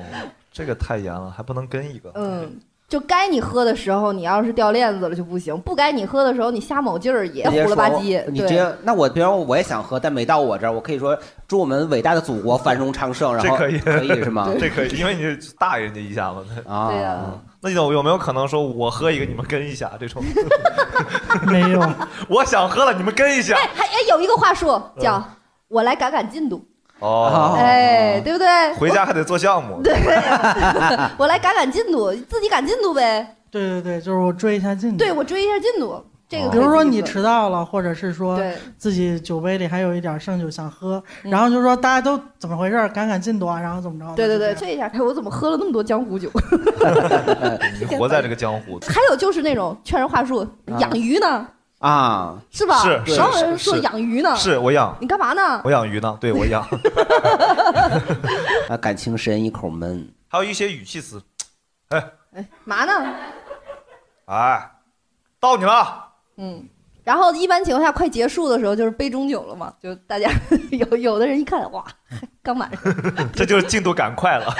这个太严了，还不能跟一个。
嗯，就该你喝的时候，你要是掉链子了就不行；不该你喝的时候，你瞎卯劲儿也
直接
胡了吧
说
唧。
你直接
对，，
那我比方我也想喝，但没到我这儿，我可以说祝我们伟大的祖国繁荣昌盛，然
这
后
可以，？
可以是吗
这可以，因为你是大人家一下嘛。
啊
对呀、
那有有没有可能说我喝一个，你们跟一下这种？
没有，
我想喝了，你们跟一下。
哎，还哎有一个话术
嗯
叫、我来赶赶进度”，
哦，
哎，对不对？
回家还得做项 目。
对，我来赶赶进度，自己赶进度呗。
对对对，就是我追一下进度。
对，我追一下进度，这个可
比
以自己做。
如说你迟到了，或者是说
啊对嗯
自己酒杯里还有一点剩酒想喝，然后就说大家都怎么回事儿，赶赶进度啊，然后怎么着的？
对对 对，
就
这一下，哎，我怎么喝了那么多江湖酒？
你活在这个江湖
还有就是那种劝人话术，
啊
养鱼呢，
啊，
是吧？
是是
然后有人说
是
养鱼呢，
是我养，
你干嘛呢？
我养鱼呢，对我养。
啊，感情深一口闷。
还有一些语气词，哎
嘛呢？
哎，到你了，
嗯。然后一般情况下，快结束的时候就是杯中酒了嘛，就大家 有有的人一看，哇，刚满 上，
这就是进度赶快了。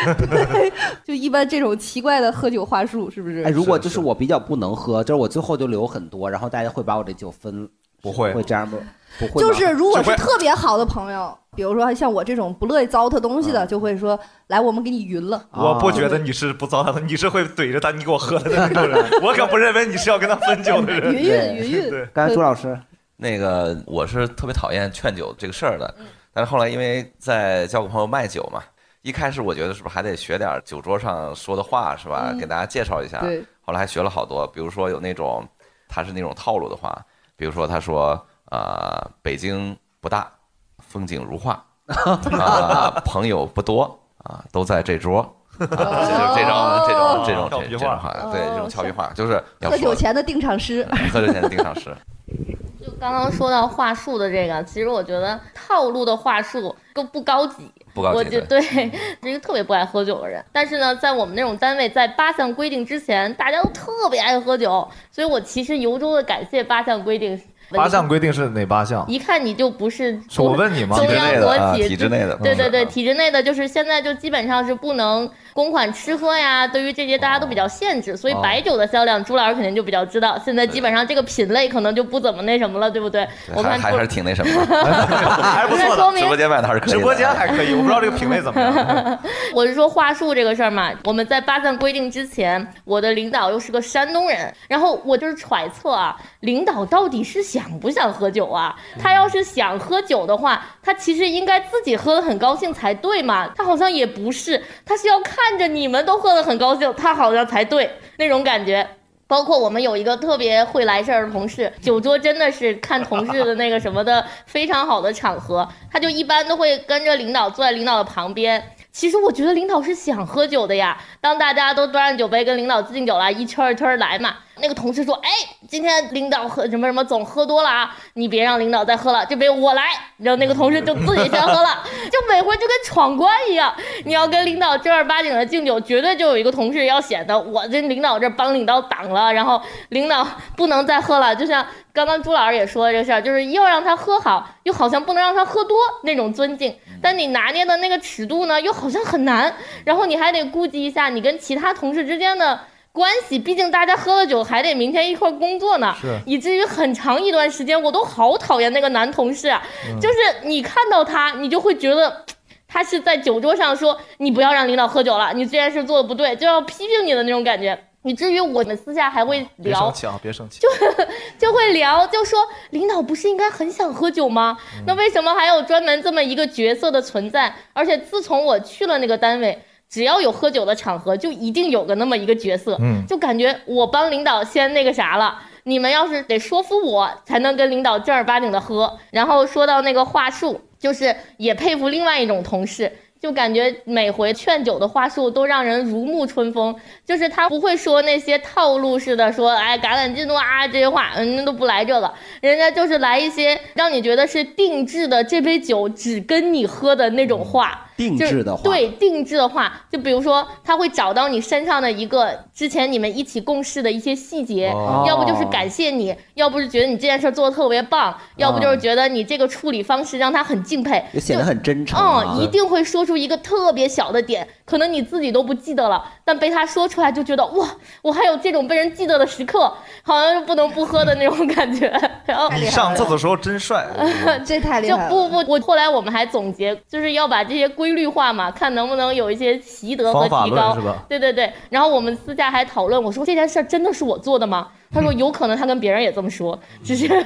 就一般这种奇怪的喝酒话术，是不是？
哎，如果就是我比较不能喝，就是我最后就留很多，然后大家会把我这酒分，
不会
会这样吗？不会吗，
就是如果是特别好的朋友，比如说像我这种不乐意糟蹋东西的，就会
啊
说来，我们给你匀了。
我不觉得你是不糟蹋他，你是会怼着他，你给我喝的那种 人。我可不认为你是要跟他分酒的人。
云云云云
对
刚才朱老师，
那个我是特别讨厌劝酒这个事儿的，但是后来因为在教给朋友卖酒嘛，一开始我觉得是不是还得学点儿酒桌上说的话是吧，给大家介绍一下
对。
后来还学了好多，比如说有那种他是那种套路的话，比如说他说呃北京不大，风景如画，啊朋友不多啊都在这桌。啊，就是这种这种这种这这种话，对这种俏皮话，就是要
喝酒
说
前的定场诗，
喝酒前的定场诗，
就刚刚说到话术的这个，其实我觉得套路的话术都不高级。
不高级
我就对，是一个特别不爱喝酒的人。但是呢，在我们那种单位，在八项规定之前，大家都特别爱喝酒，所以我其实由衷的感谢八项规定。
八项规定是哪八项？
一看你就不是
啊是我问你吗
中央国企
体制内的啊体制内的
对对对，体制内的就是现在就基本上是不能公款吃喝呀，对于这些大家都比较限制，所以白酒的销量，朱老师肯定就比较知道。现在基本上这个品类可能就不怎么那什么了，对不对？我
还
看
还
朱
还是挺那什么的，还
不错的那说明
直播间卖的还是可以的，
直播间还可以我不知道这个品类怎么样。
我是说话术这个事儿嘛，我们在八项规定之前，我的领导又是个山东人，然后我就是揣测啊，领导到底是想不想喝酒啊？
嗯
他要是想喝酒的话，他其实应该自己喝得很高兴才对嘛，他好像也不是，他是要看着你们都喝得很高兴，他好像才对那种感觉。包括我们有一个特别会来事儿的同事，酒桌真的是看同事的那个什么的非常好的场合，他就一般都会跟着领导坐在领导的旁边。其实我觉得领导是想喝酒的呀，当大家都端着酒杯跟领导敬酒了，一圈儿一圈儿来嘛。那个同事说：“哎，今天领导喝什么什么总喝多了啊，你别让领导再喝了，这杯我来。”然后那个同事就自己先喝了， 就每回就跟闯关一样。你要跟领导正儿八经的敬酒，绝对就有一个同事要显得我这领导这帮领导挡了，然后领导不能再喝了。就像刚刚朱老师也说了这事儿，就是要让他喝好，又好像不能让他喝多那种尊敬，但你拿捏的那个尺度呢，又好像很难。然后你还得顾及一下你跟其他同事之间的。关系，毕竟大家喝了酒还得明天一块儿工作呢
是，
以至于很长一段时间我都好讨厌那个男同事啊，
嗯
就是你看到他，你就会觉得。他是在酒桌上说你不要让领导喝酒了，你这件事做的不对，就要批评你的那种感觉。以至于我们私下还会
嗯
别
聊
生，气啊，别生气。
就会聊，就说领导不是应该很想喝酒吗？
嗯
那为什么还有专门这么一个角色的存在？而且自从我去了那个单位，只要有喝酒的场合，就一定有个那么一个角色，
嗯
就感觉我帮领导先那个啥了。你们要是得说服我，才能跟领导正儿八经的喝。然后说到那个话术，就是也佩服另外一种同事，就感觉每回劝酒的话术都让人如沐春风，就是他不会说那些套路式的说，哎，橄榄进度啊这些话，人家都不来这个，人家就是来一些让你觉得是定制的，这杯酒只跟你喝的那种话。
嗯定制的话
就是对定制的话，就比如说他会找到你身上的一个之前你们一起共事的一些细节，
哦
要不就是感谢你，要不是觉得你这件事做的特别棒，要不就是觉得你这个处理方式让他很敬佩，
也显得
就
很真诚啊
嗯，一定会说出一个特别小的点，可能你自己都不记得了，但被他说出来就觉得哇，我还有这种被人记得的时刻，好像是不能不喝的那种感觉。 然后
你上厕所时候真帅，
这太
厉害了
就不不，我后来我们还总结，就是要把这些规律化嘛，看能不能有一些习得和
方法
提
论
高
是吧。
对对对，然后我们私下还讨论，我说这件事儿真的是我做的吗？他说有可能他跟别人也这么说，只是就是，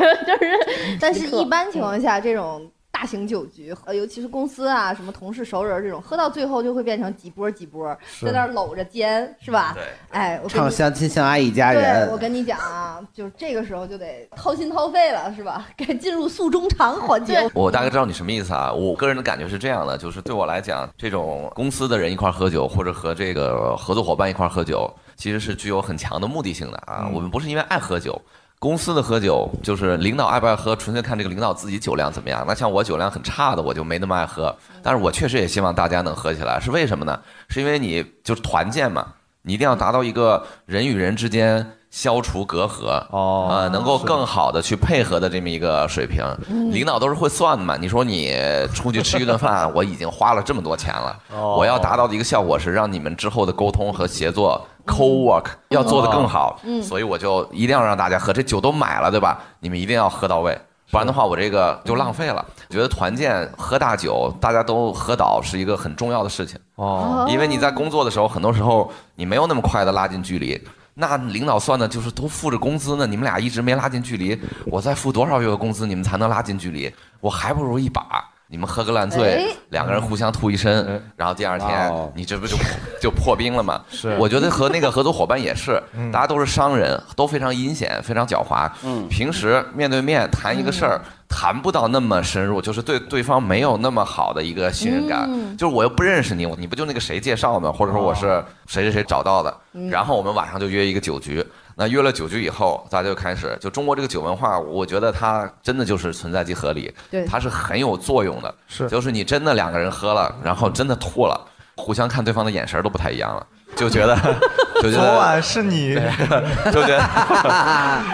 但是，一般情况下，这种大型酒局，呃，尤其是公司啊，什么同事、熟人这种，喝到最后就会变成几波几波，
是
在那儿搂着肩，是吧？
对
哎，我跟
唱
你
相亲相爱一家
对，我
人，
跟你讲啊，就是这个时候就得掏心掏肺了，是吧？该进入诉衷肠环节。
我大概知道你什么意思啊。我个人的感觉是这样的，就是对我来讲，这种公司的人一块儿喝酒，或者和这个合作伙伴一块儿喝酒，其实是具有很强的目的性的啊。我们不是因为爱喝酒。公司的喝酒就是领导爱不爱喝，纯粹看这个领导自己酒量怎么样。那像我酒量很差的，我就没那么爱喝。但是我确实也希望大家能喝起来，是为什么呢？是因为你就是团建嘛，你一定要达到一个人与人之间消除隔阂哦，呃，能够更好的去配合的这么一个水平。
嗯
领导都是会算的嘛，你说你出去吃一 顿饭，我已经花了这么多钱了，
哦
我要达到的一个效果是让你们之后的沟通和协作 co work 要做得更好，
嗯
所以我就一定要让大家喝，这酒都买了对吧？你们一定要喝到位。不然的话，我这个就浪费了。
嗯
觉得团建喝大酒，大家都喝倒是一个很重要的事情。
哦
因为你在工作的时候，很多时候你没有那么快的拉近距离。那领导算的就是都付着工资呢，你们俩一直没拉近距离，我再付多少月的工资，你们才能拉近距离？我还不如一把，你们喝个烂醉，
哎嗯哦
两个人互相吐一身，然后第二天你这不就就破冰了吗？
是
我觉得和那个合作伙伴也是
嗯，
大家都是商人，都非常阴险，非常狡猾。
嗯
平时面对面谈一个事儿，谈不到那么深入，就是对对方没有那么好的一个信任感。
嗯哦
就是我又不认识你，你不就那个谁介绍吗？或者说我是谁谁谁找到的，
嗯
然后我们晚上就约一个酒局。那约了酒局以后，大家就开始就中国这个酒文化，我觉得它真的就是存在即合理，
对
它是很有作用的。是，就是你真的两个人喝了，然后真的吐了，互相看对方的眼神都不太一样了，就 觉得就觉得
昨晚是你，
就觉得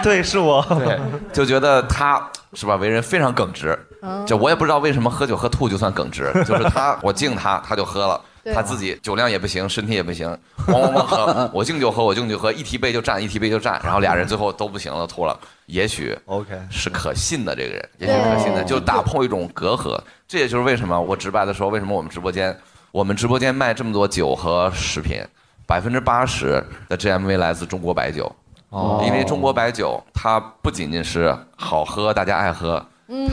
对，是我，
对，就觉得他是吧，为人非常耿直
嗯。
就我也不知道为什么喝酒喝吐就算耿直，就是他，我敬他，他就喝了。
对
他自己酒量也不行，身体也不行，咣咣咣喝，我敬酒喝，我敬酒喝，一提杯就站，一提杯就站，然后俩人最后都不行了，吐了。也许
OK
是可信的这个人，也许是可信的，就打破一种隔阂。这也就是为什么我直白的说，为什么我们直播间，我们直播间卖这么多酒和食品，百分之八十的 GMV 来自中国白酒。
哦
因为中国白酒它不仅仅是好喝，大家爱喝，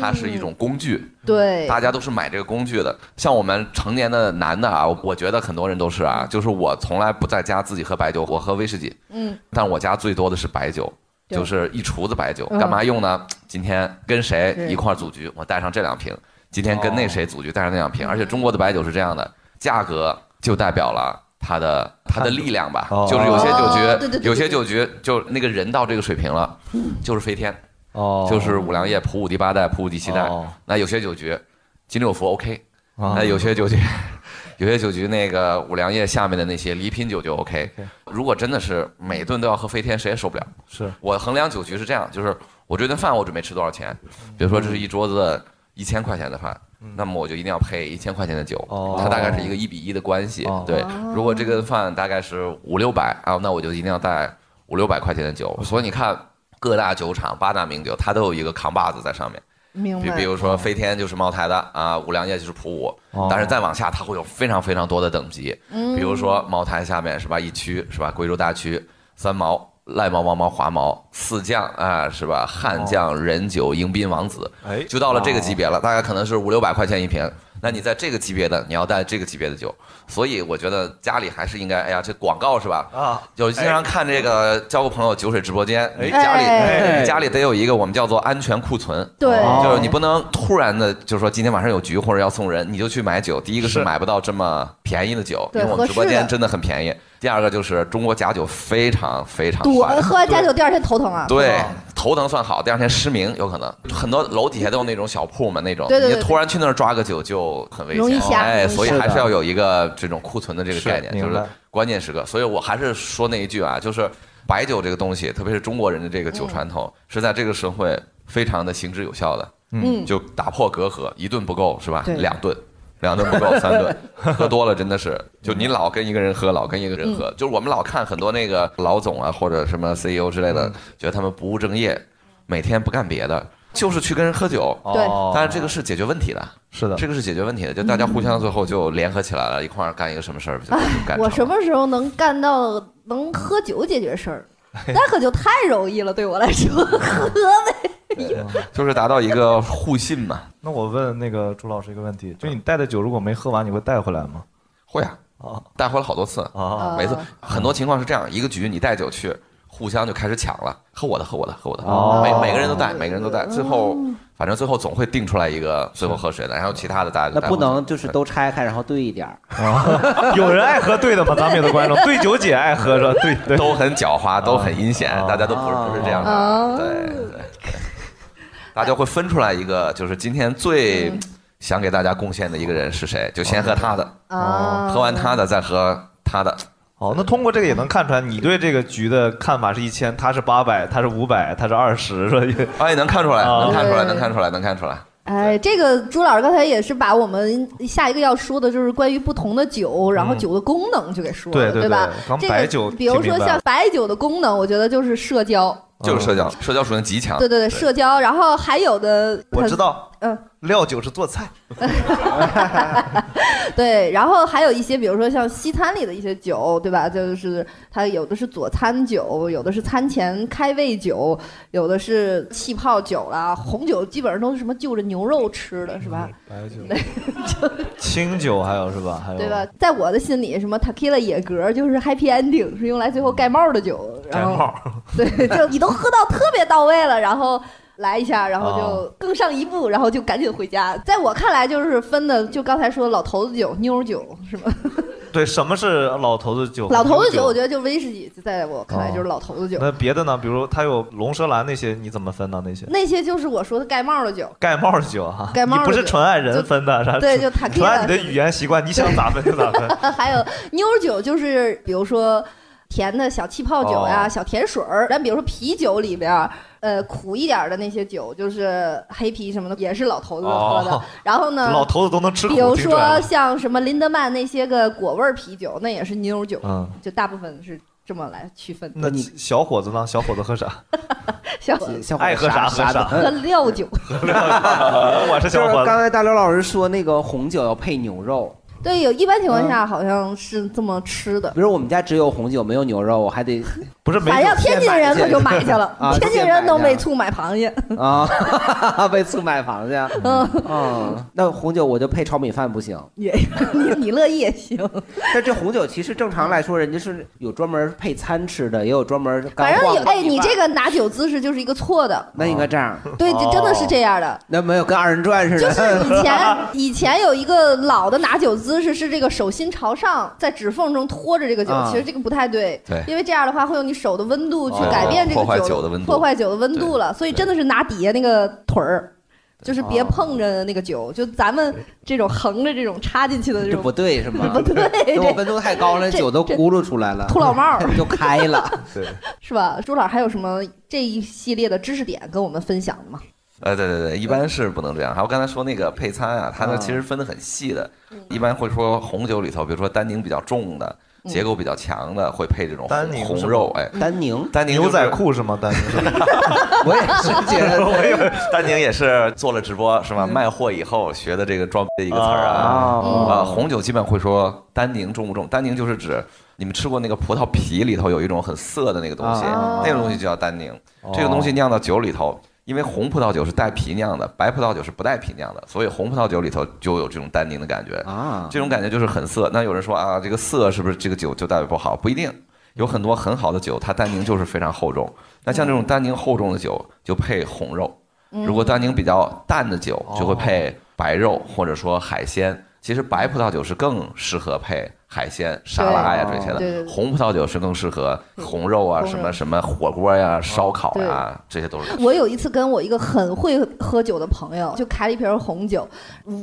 它是一种工具。
对，
大家都是买这个工具的。像我们成年的男的啊，我觉得很多人都是啊，就是我从来不在家自己喝白酒，我喝威士忌，
嗯，
但我家最多的是白酒，
对
就是一厨子白酒，
嗯
干嘛用呢？今天跟谁
对
一块儿组局，我带上这两瓶；今天跟那谁组局，带上那两
嗯
瓶。而且中国的白酒是这样的，价格就代表了它的它的力量吧，就是有些酒
哦对对对
局，
对嗯
有些酒局就那个人到这个水平了，就是飞天。
哦
就是五粮液普五第八代、普五第七代。那有些酒局，金六福 OK，、
哦
那有些酒局，有些酒局那个五粮液下面的那些礼品酒就 OK。如果真的是每顿都要喝飞天，谁也受不了。
是
我衡量酒局是这样，就是我这顿饭我准备吃多少钱，比如说这是一桌子一千块钱的饭。那么我就一定要配一千块钱的酒，它大概是一个一比一的关系。对，如果这个饭大概是五六百啊，那我就一定要带五六百块钱的酒。所以你看，各大酒厂、八大名酒，它都有一个扛把子在上面。
明
比
白。
比如说飞天就是茅台的啊，五粮液就是普五
哦，
但是再往下它会有非常非常多的等级，
嗯
比如说茅台下面是吧一区是吧贵州大区三毛。赖毛、王毛、华毛四将啊，是吧？汉将、人酒、迎宾王子，
哎
就到了这个级别了，大概可能是五六百块钱一瓶。那你在这个级别的，你要带这个级别的酒，所以我觉得家里还是应该，哎呀，这广告是吧？
啊，
有经常看这个交个朋友酒水直播间，
哎
你家
哎
里你家里得有一个我们叫做安全库存，哦
对
哦
就是你不能突然的就说今天晚上有局或者要送人，你就去买酒。第一个是买不到这么便宜的酒，因
对
为我们直播
合适
间
的
真的很便宜。第二个就是中国假酒非常非常
赌
泛
喝完假酒第二天头疼啊。
对，头疼算好，第二天失明有可能。很多楼底下都有那种小铺嘛，那种
对对对
你突然去那儿抓个酒就很危险，
容易瞎
哎，
容易嗯
所以
瞎
还是要有一个这种库存的这个
是
概念，就
明
是
白
关键时刻。所以我还是说那一句啊，就是白酒这个东西，特别是中国人的这个酒传
嗯
统，是在这个社会非常的行之有效的。
嗯
就打破隔阂，一顿不够是吧？
对
两顿。两顿不够，三顿 喝多了真的是，就你老跟一个人喝，老跟一个人喝，就是我们老看很多那个老总啊或者什么 CEO 之类的，觉得他们不务正业，每天不干别的，就是去跟人喝酒。
对哦
但是这个是解决问题的，
是的，
这个是解决问题的，就大家互相最后就联合起来了，一块儿干一个什么事儿，就
哎
干
我
成。
什么时候能干到能喝酒解决事 儿？那可就太容易了，对我来说，喝 呗。
啊就是达到一个互信嘛。
那我问那个朱老师一个问题，就你带的酒如果没喝完，你会带回来吗？
会啊，带回来好多次
啊
每
哦
次很多情况是这样，一个局你带酒去，互相就开始抢了，喝我的，喝我的，喝我的，
哦
每每个人都带，每个人都
嗯
带，最后反正最后总会定出来一个最后喝谁的，然后其他的大家就
那
带
不
回去
能就是都拆开然后兑一点儿。
有人爱喝对的吗？咱们有的观众，对酒姐爱喝是吧？对对，哦
都很狡猾，都很阴险，大家都不是不是这样的，
哦
对对对，大家会分出来一个，就是今天最
嗯
想给大家贡献的一个人是谁，就先喝他的，
啊
哦喝完他的再喝他的。
哦，那通过这个也能看出来，你对这个局的看法是一千，他是八百，他是五百，他是二十，哦是吧？
哎，能看出来，能看出来，
对
能看出来，能看出来。
哎，这个朱老师刚才也是把我们下一个要说的就是关于不同的酒，然后
嗯
酒的功能就给说了，
对对
吧
对刚？
这
白
个
酒
比如
听
说
明白
像
了
白酒的功能，我觉得就是社交，
就是社交，社交属性极强。
嗯对对对，社交。然后还有的，
啊我知道，
嗯，
料酒是做菜，
对，然后还有一些，比如说像西餐里的一些酒，对吧？就是它有的是佐餐酒，有的是餐前开胃酒，有的是气泡酒啦，红酒基本上都是什么就着牛肉吃的，是吧？
白酒、 清酒还有是吧？还有
对吧？在我的心里，什么 tequila 野格就是 happy ending，是用来最后盖帽的酒。
摘
然后
帽，
对，就你都喝到特别到位了，然后来一下，然后就
哦
更上一步，然后就赶紧回家。在我看来，就是分的，就刚才说的老头子酒、妞儿酒是吧？
对，什么是老头子酒？
老头子酒，我
得。
觉得就是威士忌，在我看来就是老头子酒。
那别的呢？比如它有龙舌兰那些，你怎么分呢？那些
那些就是我说的盖帽的酒，
盖帽的酒哈，
盖帽
你不是
的酒
纯按人分的，是吧？
对就塔
纯
克
按你的语言习惯，你想咋分就咋分。
还有妞儿酒，就是比如说。甜的小气泡酒呀、
哦
小甜水儿。但比如说啤酒里边儿，呃，苦一点儿的那些酒，就是黑啤什么的，也是老头子们喝的。
哦
然后呢，
老头子都能吃苦
比如
听出来
说
了
像什么林德曼那些个果味儿啤酒，那也是妞儿酒，
嗯
就大部分是这么来区分的。
那 你呃小伙子呢？小伙子喝啥？
像
小伙
爱喝啥
啥
喝
啥的
喝料酒，
我是小伙
就
子
是刚才大刘老师说那个红酒要配牛肉，
对，有一般情况下好像是这么吃的
比。如我们家只有红酒没有牛肉，我还得
不是
反正天津人可就买去了，
啊，
天津
现买
人
去
能为
了
醋买螃蟹。
啊， 为醋买房去。
嗯
嗯，那红酒我就配炒米饭不行。
也 你你乐意也行，
但这红酒其实正常来说，人家是有专门配餐吃的，也有专门干
反正
晃
有
的
哎，你这个拿酒姿势就是一个错的，
那应该这样。哦
对，这真的是这样的。
那没有跟二人转似的。
就是以 前以前有一个老的拿酒姿势是这个手心朝上，在指缝中托着这个酒，
啊
其实这个不太对，
对
因为这样的话会用你手的温度去
哦
改变这个
破坏
酒
酒的温度
破坏酒的温度了，所以真的是拿底下那个腿儿。就是
啊
别
哦
碰着那个酒，就咱们这种横着这种插进去的这
这
种
不对是吗？
不对
因为我温度太高了，
这
酒都
这
咕噜出来了，
秃老帽儿
就开 了。
对，
是吧？朱老师还有什么这一系列的知识点跟我们分享的吗？
呃，对对对，一般是不能这样。还有刚才说那个配餐啊，它呢
啊
其实分得很细的，一般会说红酒里头，比如说单宁比较重的。
嗯
结构比较强的会配这种
丹宁
红
是吗
红肉，哎，
丹 宁，
丹宁
牛仔
裤
是吗？丹宁，
我也是觉得，
我以为丹宁也是做了直播是吧？卖货以后学的这个装逼的一个词儿啊，
哦
啊，红酒基本会说丹宁重不重？丹宁就是指你们吃过那个葡萄皮里头有一种很涩的那个东西，
哦
那种东西就叫丹宁。这个东西酿到酒里头，因为红葡萄酒是带皮酿的，白葡萄酒是不带皮酿的，所以红葡萄酒里头就有这种单宁的感觉
啊
这种感觉就是很涩。那有人说啊，这个涩是不是这个酒就代表不好？不一定，有很多很好的酒，它单宁就是非常厚重。那像这种单宁厚重的酒，就配红肉；
嗯
如果单宁比较淡的酒，就会配白肉或者说海鲜。其实白葡萄酒是更适合配海鲜、沙拉呀
对哦
这些
对对
的，
对
红葡萄酒是更适合红肉啊、
红
什
肉
么什么火锅呀、烧烤
对
呀，这些都是。
我有一次跟我一个很会喝酒的朋友，就开了一瓶红酒，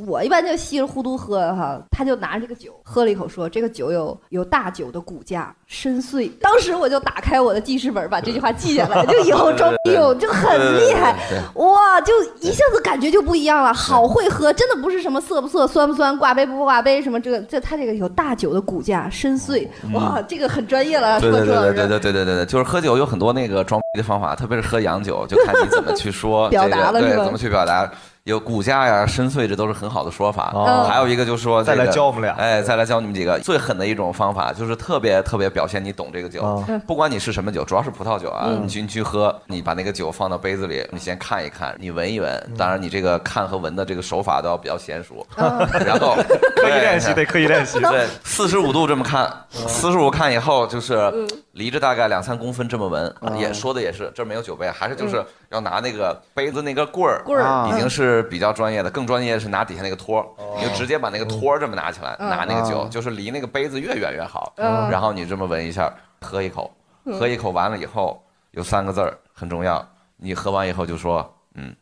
我一般就稀里糊涂喝哈，他就拿着这个酒喝了一口说，这个酒有有大酒的骨架，深邃。当时我就打开我的记事本，把这句话记下 来，就以后装逼我就很厉害
对对对对，
哇，就一下子感觉就不一样了，好会喝，真的不是什么涩不涩、酸不酸、挂杯不挂杯什么这个，这他这个有大酒的骨架，深邃，哇，这个很专业了，
嗯对
说
对
出
对
来
对对对对对对对，就是喝酒有很多那个装逼的方法，特别是喝洋酒，就看你怎么去 说
表
这个
达了是
对，
吧
怎么去表达。有骨架呀、深邃，这都是很好的说法。
嗯
哦
还有一个就是说、
再来教我
们俩，哎，再来教你们几个最狠的一种方法，就是特别特别表现你懂这个酒。
哦
不管你是什么酒，主要是葡萄酒啊，
嗯
你去你去喝，你把那个酒放到杯子里，你先看一看，你闻一闻。
嗯
当然，你这个看和闻的这个手法都要比较娴熟。
嗯
然后
刻意练习得刻意练习
对，四十五度这么看，
嗯
四十五看以后就是离着大概两三公分这么闻，啊也说的也是，这儿没有酒杯，还是就是
嗯
要拿那个杯子那个棍儿，啊
棍儿嗯
已经是比较专业的，更专业是拿底下那个托儿，你就直接把那个托儿这么拿起来，
哦嗯
拿那个酒
嗯，
就是离那个杯子越远越好，
嗯
然后你这么闻一下，喝一口，
嗯
喝一口完了以后有三个字儿很重要，你喝完以后就说，嗯，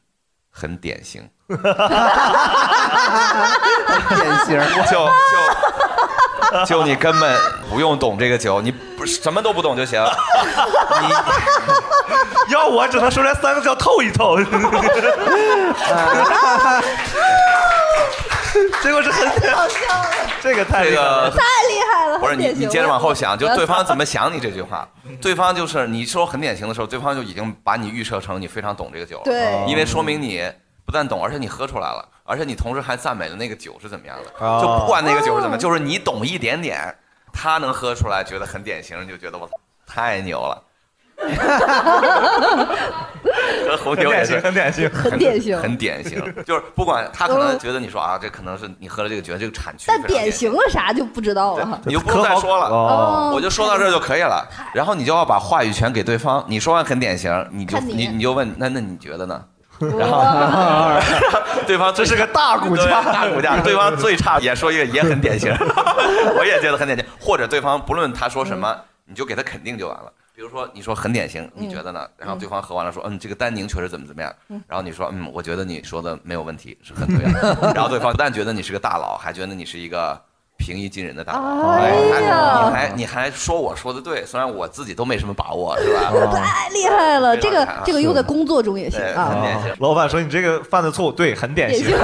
很典型。
啊
典型
就 就就你根本不用懂这个酒，你不什么都不懂就行。
哦
你
要我只能说这三个字透一 透。这个是很
好笑了，
这个太
这
厉害
个
了
太厉害了，
不是
很
你，
典
你
型
接着往后想，就对方怎
么。
么想你这句话，对方就是你说很典型的时候，对方就已经把你预设成你非常懂这个酒了，
对
哦
因为说明你不但懂，而且你喝出来了，而且你同时还赞美了那个酒是怎么样的，
哦
就不管那个酒是怎么，
哦
就是你懂一点点，他能喝出来，觉得很典型，你就觉得我操太牛了， 和红酒也是
很典型很典型很典型
很很典型，就是不管他可能觉得你说啊，这可能是你喝了这个酒这个产区非常
但
典型，
典型了啥就不知道了哈。
你就不用再说了，
哦
我就说到这儿就可以了。然后你就要把话语权给对方，你说完很典型，你就
看你
你你就问，那那你觉得呢？
然
后 对方这是个大骨架，大骨架，对啊方最差也说一个也很典型， 我也觉得很典型。或者对方不论他说什么，你就给他肯定就完了。比如说你说很典型，
嗯
你觉得呢？然后对方喝完了说，嗯，这个丹宁确实怎么怎么样
嗯。
然后你说，嗯，我 觉得你说的没有问题，是很对的。然后对方不但觉得你是个大佬，还觉得你是一个。平易近人的答案。
哎呀
你还你还说我说的对，虽然我自己都没什么把握，是吧？
太厉害了，这个
啊
这个用在
是
工作中 也行啊。
老板说你这个犯的错误对，很典型，
我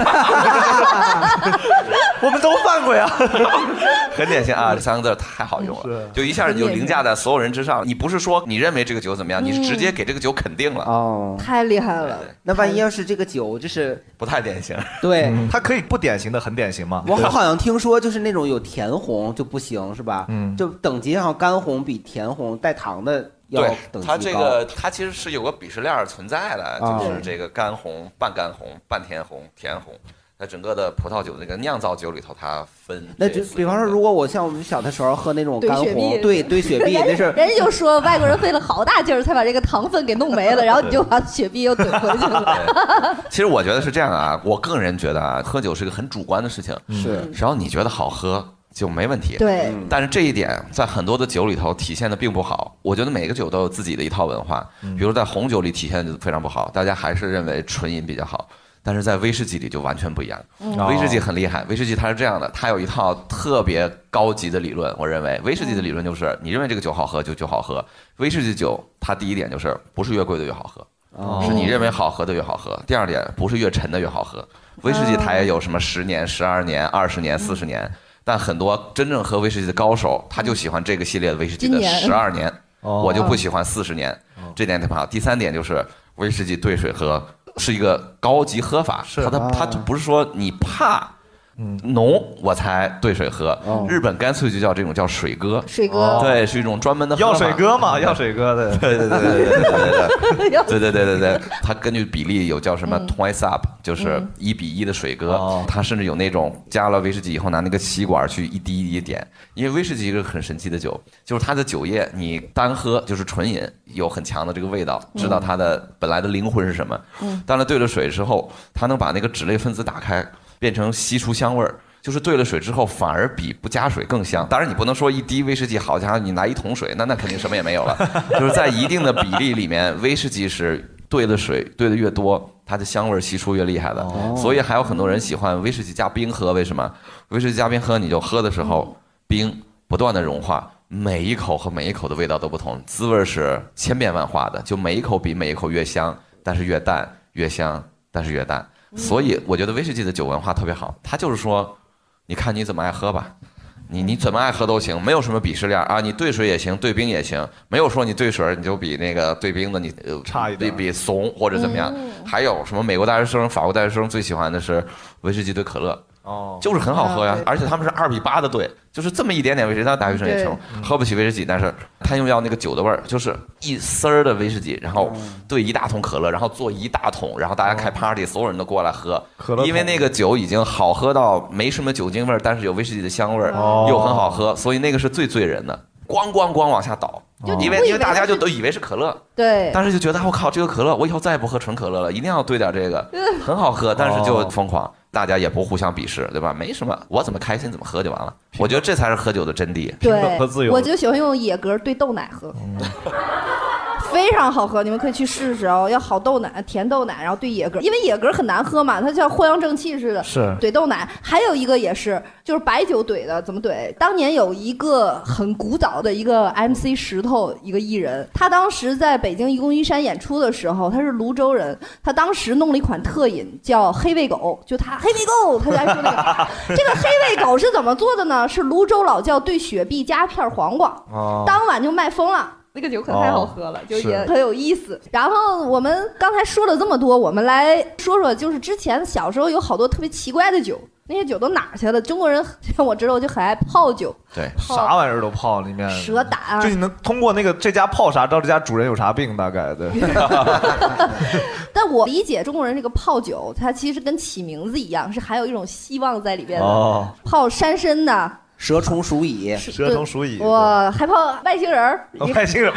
们都犯 过呀，很典型啊，这三个字儿太好用了，就一下你就凌驾在所有人之上。你不是说你认为这个酒怎么样，你是直接给这个酒肯定了。
哦，
太 厉害了！
那万一要是这个酒就是
不太典型，
对，
嗯
它可以不典型的很典型吗？
我好像听说就是那种有甜红就不行是吧？
嗯
就等级好像干红比甜红带糖的要
对
等级高。
它这个它其实是有个鄙视链儿存在的，
啊
就是这个干红、半干红、半甜红、甜红，它整个的葡萄酒那个酿造酒里头它分
那
这
就比方说，如果我像我们小的时候喝那种
兑
干
雪
红，
碧，
对兑雪碧，
人
那是
人家就说外国人费了好大劲儿才把这个糖分给弄没了，然后你就把雪碧又怼回去了。
其实我觉得是这样啊，我个人觉得啊，喝酒是个很主观的事情，
是
只要你觉得好喝就没问题。
对嗯
但是这一点在很多的酒里头体现的并不好。我觉得每个酒都有自己的一套文化，比如在红酒里体现的就非常不好，大家还是认为纯饮比较好。但是在威士忌里就完全不一样，
嗯
威士忌很厉害。威士忌它是这样的，它有一套特别高级的理论。我认为威士忌的理论就是，你认为这个酒好喝就就好喝。威士忌酒它第一点就是不是越贵的越好喝，
哦
是你认为好喝的越好喝。第二点，不是越沉的越好喝。威士忌它也有什么十年、十二年、二十年、四十年，但很多真正喝威士忌的高手，他就喜欢这个系列的威士忌的
今年
十二年，
哦
我就不喜欢四十年，
哦
这点挺不好。第三点就是威士忌兑水喝是一个高级喝法，它
啊
的它就不是说你怕。
嗯
浓我才兑水喝，
哦
日本干脆就叫这种叫水哥，
水哥
对，是一种专门的喝
药
法
哦水哥 嘛，药水哥的，
对对对对对对对对，对对对对对，它根据比例有叫什么 twice up，就是一比一的水哥，它甚至有那种加了威士忌以后拿那个吸管去一滴一滴点，因为威士忌是个很神奇的酒，就是它的酒液你单喝就是纯饮，有很强的这个味道，知道它的本来的灵魂是什么
嗯，
但是兑了水之后，它能把那个脂类分子打开，变成吸出香味儿。就是兑了水之后，反而比不加水更香。当然，你不能说一滴威士忌，好家伙，你拿一桶水，那那肯定什么也没有了。就是在一定的比例里面，威士忌是兑了水兑的越多，它的香味儿吸出越厉害的。所以还有很多人喜欢威士忌加冰喝，为什么？威士忌加冰喝，你就喝的时候，冰不断的融化。每一口和每一口的味道都不同，滋味儿是千变万化的，就每一口比每一口越香，但是越淡，越香，但是越淡。所以我觉得威士忌的酒文化特别好，它就是说，你看你怎么爱喝吧，你你怎么爱喝都行，没有什么鄙视链儿啊，你兑水也行，兑冰也行，没有说你兑水儿你就比那个兑冰的你差一点，比比怂或者怎么样。还有什么美国大学生、法国大学生最喜欢的是威士忌兑可乐。
哦
就是很好喝 呀
啊
嗯
对，
而且他们是二比八的兑，就是这么一点点威士忌，那大学生也穷，
嗯
喝不起威士忌，但是他又要那个酒的味儿，就是一丝儿的威士忌，然后兑一大桶可乐，然后做一大桶，然后大家开 party，所有人都过来喝，
可乐桶
因为那个酒已经好喝到没什么酒精味儿，但是有威士忌的香味儿，
哦
又很好喝，所以那个是最醉人的，咣咣咣往下倒，因为因为大家就都以为是可乐，
对，
当时就觉得我靠，这个可乐我以后再也不喝纯可乐了，一定要兑点这 个
嗯，
很好喝，但是就疯
哦
狂，大家也不互相鄙视，对吧？没什么，我怎么开心怎么喝就完了。我觉得这才是喝酒的真谛，
对，我就喜欢用野格兑豆奶喝， 非常好喝，你们可以去试试哦。要好豆奶，甜豆奶，然后兑野格，因为野格很难喝嘛，它像藿阳正气似的，
是
怼豆奶。还有一个也是，就是白酒怼的，怎么怼？当年有一个很古早的一个 MC 石头，一个艺人，他当时在北京愚公移山演出的时候，他是泸州人，他当时弄了一款特饮叫黑喂狗，就他黑喂狗，他就爱说那个。这个 黑喂狗是怎么做的呢？是泸州老窖兑雪碧加片黄瓜，
哦
当晚就卖疯了。那个酒可太好喝了，
哦
就也
是
很有意思。然后我们刚才说了这么多，我们来说说，就是之前小时候有好多特别奇怪的酒，那些酒都哪儿去了？中国人 像我知道就很爱泡酒，
对，
泡
啥玩意儿都泡里面，
蛇胆啊
就你能通过那个这家泡啥，知道这家主人有啥病，大 概对。
但我理解中国人这个泡酒，它其实跟起名字一样，是含有一种希望在里边的。
哦
泡山参的，
蛇虫鼠蚁，
蛇虫鼠我还泡外星人儿，有没有？
外星人，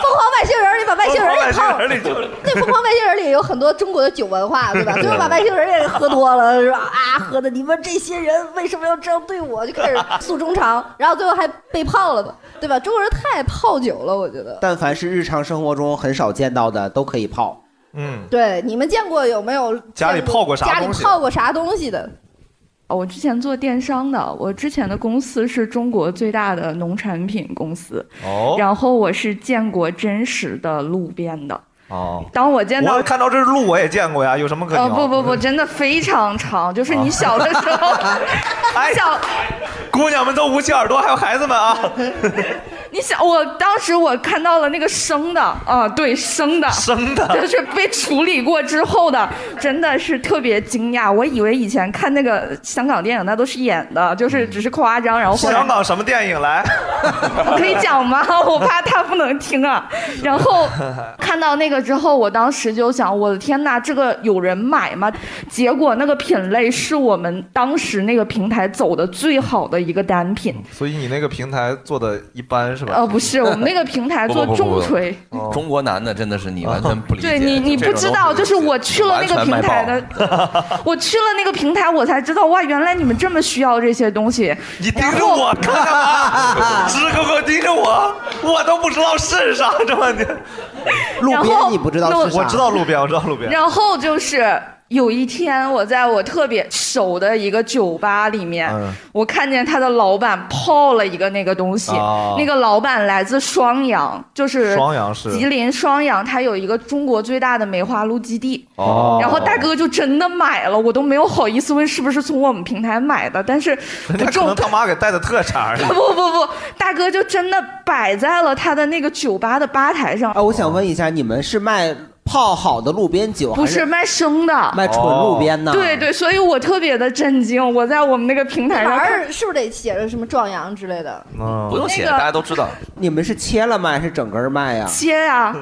疯狂外星人儿，你 把外星人儿也泡。
里 就是
那疯狂外星人里有很多中国的酒文化，对吧？
对
最后把外星人也喝多了，是吧？啊，喝的你们这些人为什么要这样对我？就开始诉衷肠，然后最后还被泡了，对吧？中国人太泡酒了，我觉得。
但凡是日常生活中很少见到的，都可以泡。
嗯，
对，你们见过有没有
家里
见
泡过啥
家里
东西
泡过啥东西的？
呃我之前做电商的，我之前的公司是中国最大的农产品公司，
哦
然后我是见过真实的路边的。
哦，
当我见到
我看到这路我也见过呀，有什么可
呃，
聊？
不不不，真的非常长，就是你小的时候，你小
姑娘们都捂起耳朵，还有孩子们啊，
你想，我当时我看到了那个生的啊，对，生的，
生的
就是被处理过之后的，真的是特别惊讶。我以为以前看那个香港电影，那都是演的，就是只是夸 张，然后后来
香港什么电影来？
可以讲吗？ 我怕他不能听啊。然后看到那个之后，我当时就想，我的天呐，这个有人买吗？结果那个品类是我们当时那个平台走的最好的一个单品。
所以你那个平台做的一般是吧？哦
呃，不是，我们那个平台做重锤。
不不不不中国男的真的是你完全不理解。
对你，你
这
不
种
知
东
道，
西
就是我去了那个
完
平
全
台
卖
的， 我去了那个平台，我才知道哇，原来你们这么需要这些东西。
你盯着我看干
啊
嘛？直勾勾盯着我，我都不知道是啥，这问题。
路
然后那
我知道路边，我知道路边。
然后就是有一天，我在我特别熟的一个酒吧里面，
嗯
我看见他的老板泡了一个那个东西。
哦
那个老板来自双阳，就是
双阳市
吉林双阳，它有一个中国最大的梅花鹿基地。
哦
然后大哥就真的买了，我都没有好意思问是不是从我们平台买的，但是
人家可能他妈给带的特产。
不不不，大哥就真的摆在了他的那个酒吧的吧台上。
啊，我想问一下，你们是卖泡好的路边酒，
不
还是
是卖生的，
卖纯
哦
路边呢？
对对，所以我特别的震惊。我在我们那个平台上
牌
看，
儿是不是得写着什么壮阳之类的？
不
不用写那个大家
都知道。你们是切了卖还是整根儿卖啊呀？
切
嗯
呀、啊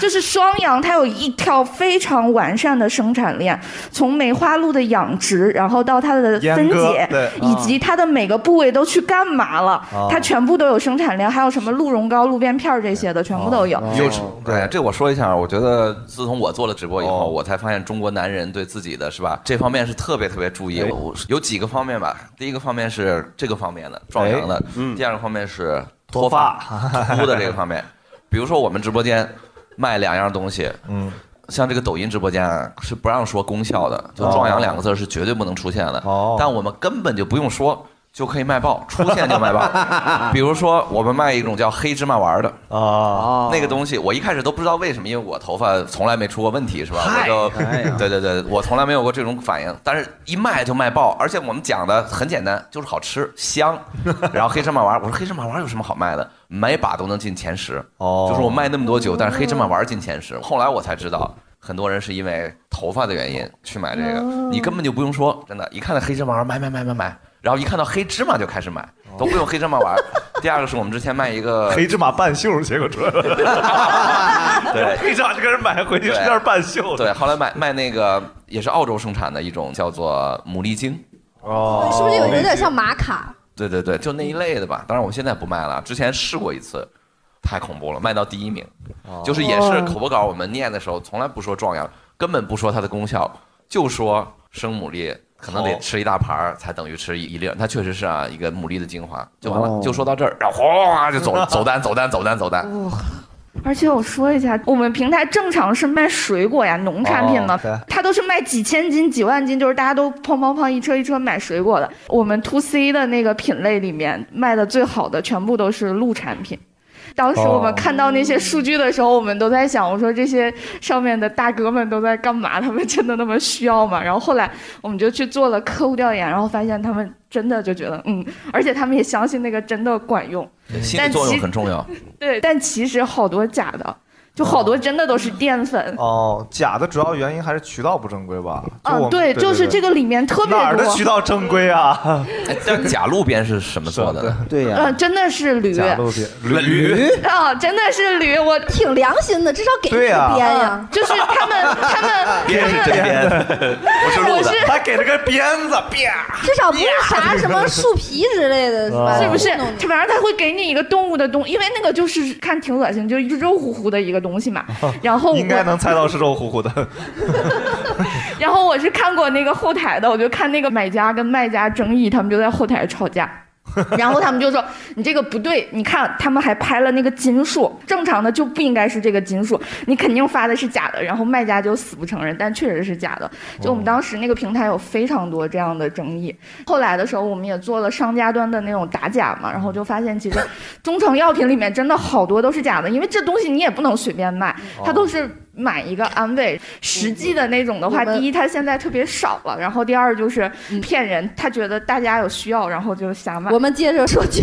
就是双阳，它有一条非常完善的生产链，从梅花鹿的养殖，然后到它的分
阉割
解
对，嗯
以及它的每个部位都去干嘛了
哦，
它全部都有生产链，还有什么鹿茸膏、鹿鞭片儿这些的，全部都有。
哦
幼
哦
稚。对，这我说一下，啊我觉得自从我做了直播以后，我才发现中国男人对自己的是吧这方面是特别特别注意。我有几个方面吧，第一个方面是这个方面的壮阳的，第二个方面是哎嗯脱发秃的这个方面。比如说我们直播间卖两样东西，
嗯，
像这个抖音直播间啊是不让说功效的，就壮阳两个字是绝对不能出现的。哦，但我们根本就不用说。就可以卖爆，出现就 卖爆。 比如说，我们卖一种叫黑芝麻丸的
啊，
那个东西我一开始都不知道为什么，因为我头发从来没出过问题，是吧？我
哎呀
就对对对，我从来没有过这种反应，但是一卖就卖爆，而且我们讲的很简单，就是好吃香。然后黑芝麻丸，我说黑芝麻丸有什么好卖的？每把都能进前十，
哦
就是我卖那么多酒，但是黑芝麻丸进前十。后来我才知道。很多人是因为头发的原因去买这个，你根本就不用说，真的，一看到黑芝麻丸买买买买买，然后一看到黑芝麻就开始买，都不用黑芝麻丸。第二个是我们之前卖一个
黑芝麻半袖，结果出来了。
对
黑芝麻就给人买回去，
对
在那儿半袖。
对，后来卖卖那个也是澳洲生产的一种叫做牡蛎精。
哦
是不是有有点像玛卡？
对对对，就那一类的吧。当然我现在不卖了，之前试过一次，太恐怖了，卖到第一名，
哦
就是也是
哦
口播稿我们念的时候，从来不说壮阳，根本不说它的功效，就说生牡蛎。可能得
哦
吃一大盘儿才等于吃一粒儿，它确实是啊，一个牡蛎的精华就完了，
哦
就说到这儿，然后哗就走了，走单走单走单走单，
哦
而且我说一下，我们平台正常是卖水果呀、农产品嘛，
哦对
它都是卖几千斤、几万斤，就是大家都砰砰砰一车一车买水果的。我们 to C 的那个品类里面卖的最好的全部都是鹿产品。当时我们
哦
看到那些数据的时候，我们都在想，我说这些上面的大哥们都在干嘛？他们真的那么需要吗？然后后来我们就去做了客户调研，然后发现他们真的就觉得，嗯，而且他们也相信那个真的管用。
心理
但
作
其
用很重要。
对，但其实好多假的，就好多真的都是淀粉。嗯
哦，假的主要原因还是渠道不正规吧？就我
啊，
们
对，就是这个里面特别
哪儿的渠
多。
道正规啊？
但哎假路边是什么做的呢？
对
嗯，真的是驴
假路边驴
啊，真的是驴，我
挺良心的，至少给
对呀
个编呀
嗯。就是他们，他们
编是真编，不是
我
录的
是，
还给了个鞭子，啪。
至少不是啥什么树皮之类的，
啊
是吧？
啊是不是？反正他会给你一个动物的东，因为那个就是看挺恶心，就是肉乎乎的一个东 西嘛。然
哦
后
应该
我
能猜到是肉乎乎的。
然后我是看过那个后台的，我就看那个买家跟卖家争议，他们就在后台吵架。然后他们就说你这个不对，你看他们还拍了那个斤数，正常的就不应该是这个斤数，你肯定发的是假的。然后卖家就死不承认，但确实是假的。就我们当时那个平台有非常多这样的争议。后来的时候，我们也做了商家端的那种打假嘛，然后就发现其实中成药品里面真的好多都是假的，因为这东西你也不能随便卖，它都是。买一个安慰，实际的那种的话，
我们
第一它现在特别少了，然后第二就是骗人，他觉得大家有需要，然后就瞎买。
我们接着说酒，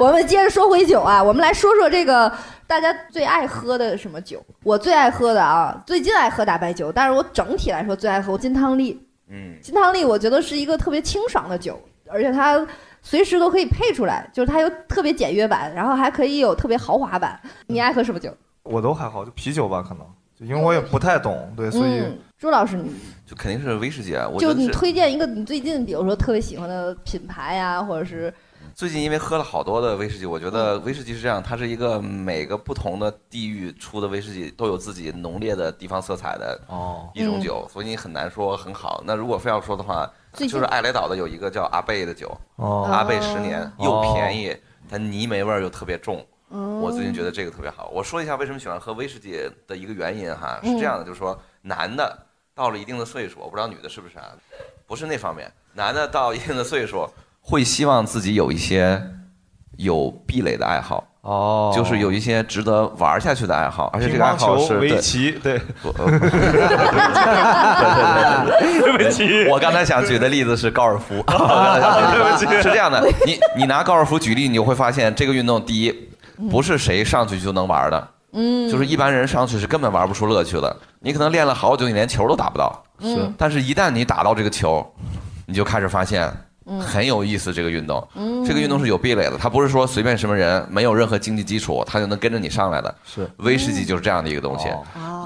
我们接着说回酒啊，我们来说说这个大家最爱喝的什么酒。我最爱喝的啊，最近爱喝大白酒，但是我整体来说最爱喝金汤力。
嗯，
金汤力我觉得是一个特别清爽的酒，而且它随时都可以配出来，就是它有特别简约版，然后还可以有特别豪华版。你爱喝什么酒？
我都还好，就啤酒吧，可能就因为我也不太懂，对，所以
嗯，朱老师，你
就肯定是威士忌啊。我觉
就
得
你
是
推荐一个你最近比如说特别喜欢的品牌呀、或者是
最近因为喝了好多的威士忌，我觉
嗯
得威士忌是这样，它是一个每个不同的地域出的威士忌都有自己浓烈的地方色彩的
哦
一种酒，所以你很难说很好。那如果非要说的话，
嗯最近
就是爱雷岛的有一个叫阿贝的酒，
哦
阿贝十年又
哦
便宜，它泥煤味儿又特别重。
哦
我最近觉得这个特别好。我说一下为什么喜欢喝威士忌的一个原因哈，是
嗯
这样的，就是说男的到了一定的岁数，我不知道女的是不是啊，不是那方面，男的到一定的岁数会希望自己有一些有壁垒的爱好。
哦
就是有一些值得玩下去的爱好，而且这个
乒乓
爱好
球
是
围
对
棋，对，
不 呃 对不起，我刚才想举的例子是高尔夫。
啊对不起
是这样的，你你拿高尔夫举例，你就会发现这个运动，第一，不是谁上去就能玩的，
嗯
就是一般人上去是根本玩不出乐趣的。你可能练了好久，你连球都打不到。
嗯是
但是一旦你打到这个球，你就开始发现
嗯
很有意思。这个运动
嗯，
这个运动是有壁垒的，它不是说随便什么人没有任何经济基础，他就能跟着你上来的。
是
威士忌就是这样的一个东西。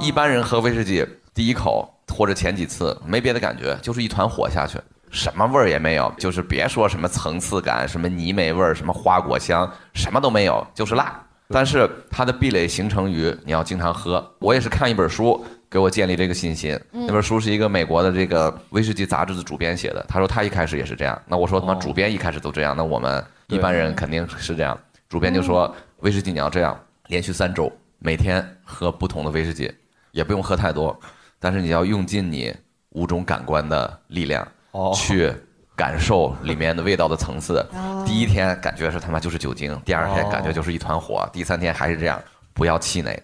一般人喝威士忌第一口或者前几次没别的感觉，就是一团火下去。什么味儿也没有，就是别说什么层次感、什么泥煤味儿、什么花果香，什么都没有，就是辣。但是它的壁垒形成于你要经常喝。我也是看一本书给我建立这个信心。
嗯
那本书是一个美国的这个威士忌杂志的主编写的，他说他一开始也是这样。那我说他妈主编一开始都这样，那我们一般人肯定是这样。主编就说威士忌你要这样，连续三周，每天喝不同的威士忌，也不用喝太多，但是你要用尽你五种感官的力量，去感受里面的味道的层次。第一天感觉是他妈就是酒精，第二天
哦
感觉就是一团火，第三天还是这样，不要气馁，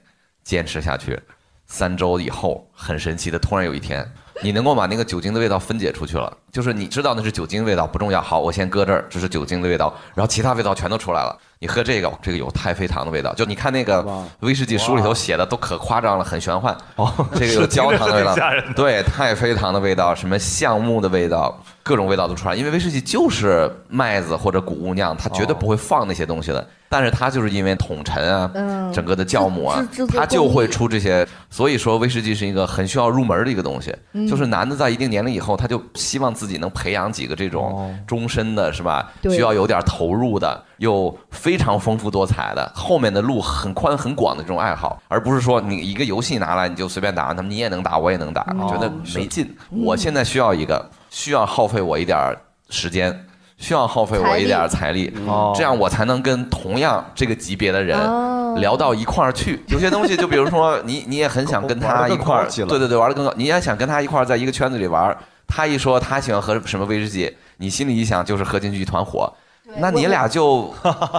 坚持下
哦
去。三周以后，很神奇的，突然有一天，你能够把那个酒精的味道分解出去了，就是你知道那是酒精味道不重要，好，我先搁这儿，这是酒精的味道，然后其他味道全都出来了。你喝这个，这个有太妃糖的味道，就你看那个威士忌书里头写的都可夸张了，很玄幻。哦，这个有焦糖的味道
是挺吓人，
对，太妃糖的味道，什么橡木的味道，各种味道都出来。因为威士忌就是麦子或者谷物酿，它绝对不会放那些东西的。但是它就是因为桶陈啊，
嗯
整个的酵母啊
制制制，作
它就
工艺
会出这些。所以说，威士忌是一个很需要入门的一个东西。
嗯
就是男的在一定年龄以后，他就希望自己能培养几个这种终身的，是吧？
哦对
需要有点投入的，又非常丰富多彩的，后面的路很宽很广的这种爱好，而不是说你一个游戏拿来你就随便打，那么你也能打，我也能打，
嗯
觉得没劲。我现在需要一个，需要耗费我一点儿时间。需要耗费我一点儿财力，哦这样我才能跟同样这个级别的人
哦
聊到一块儿去。有些东西，就比如说你，你也很想跟他一块儿，对对对，玩的更高。你也想跟他一块儿在一个圈子里玩儿，他一说他喜欢喝什么威士忌，你心里一想就是喝进去一团火，那你 俩就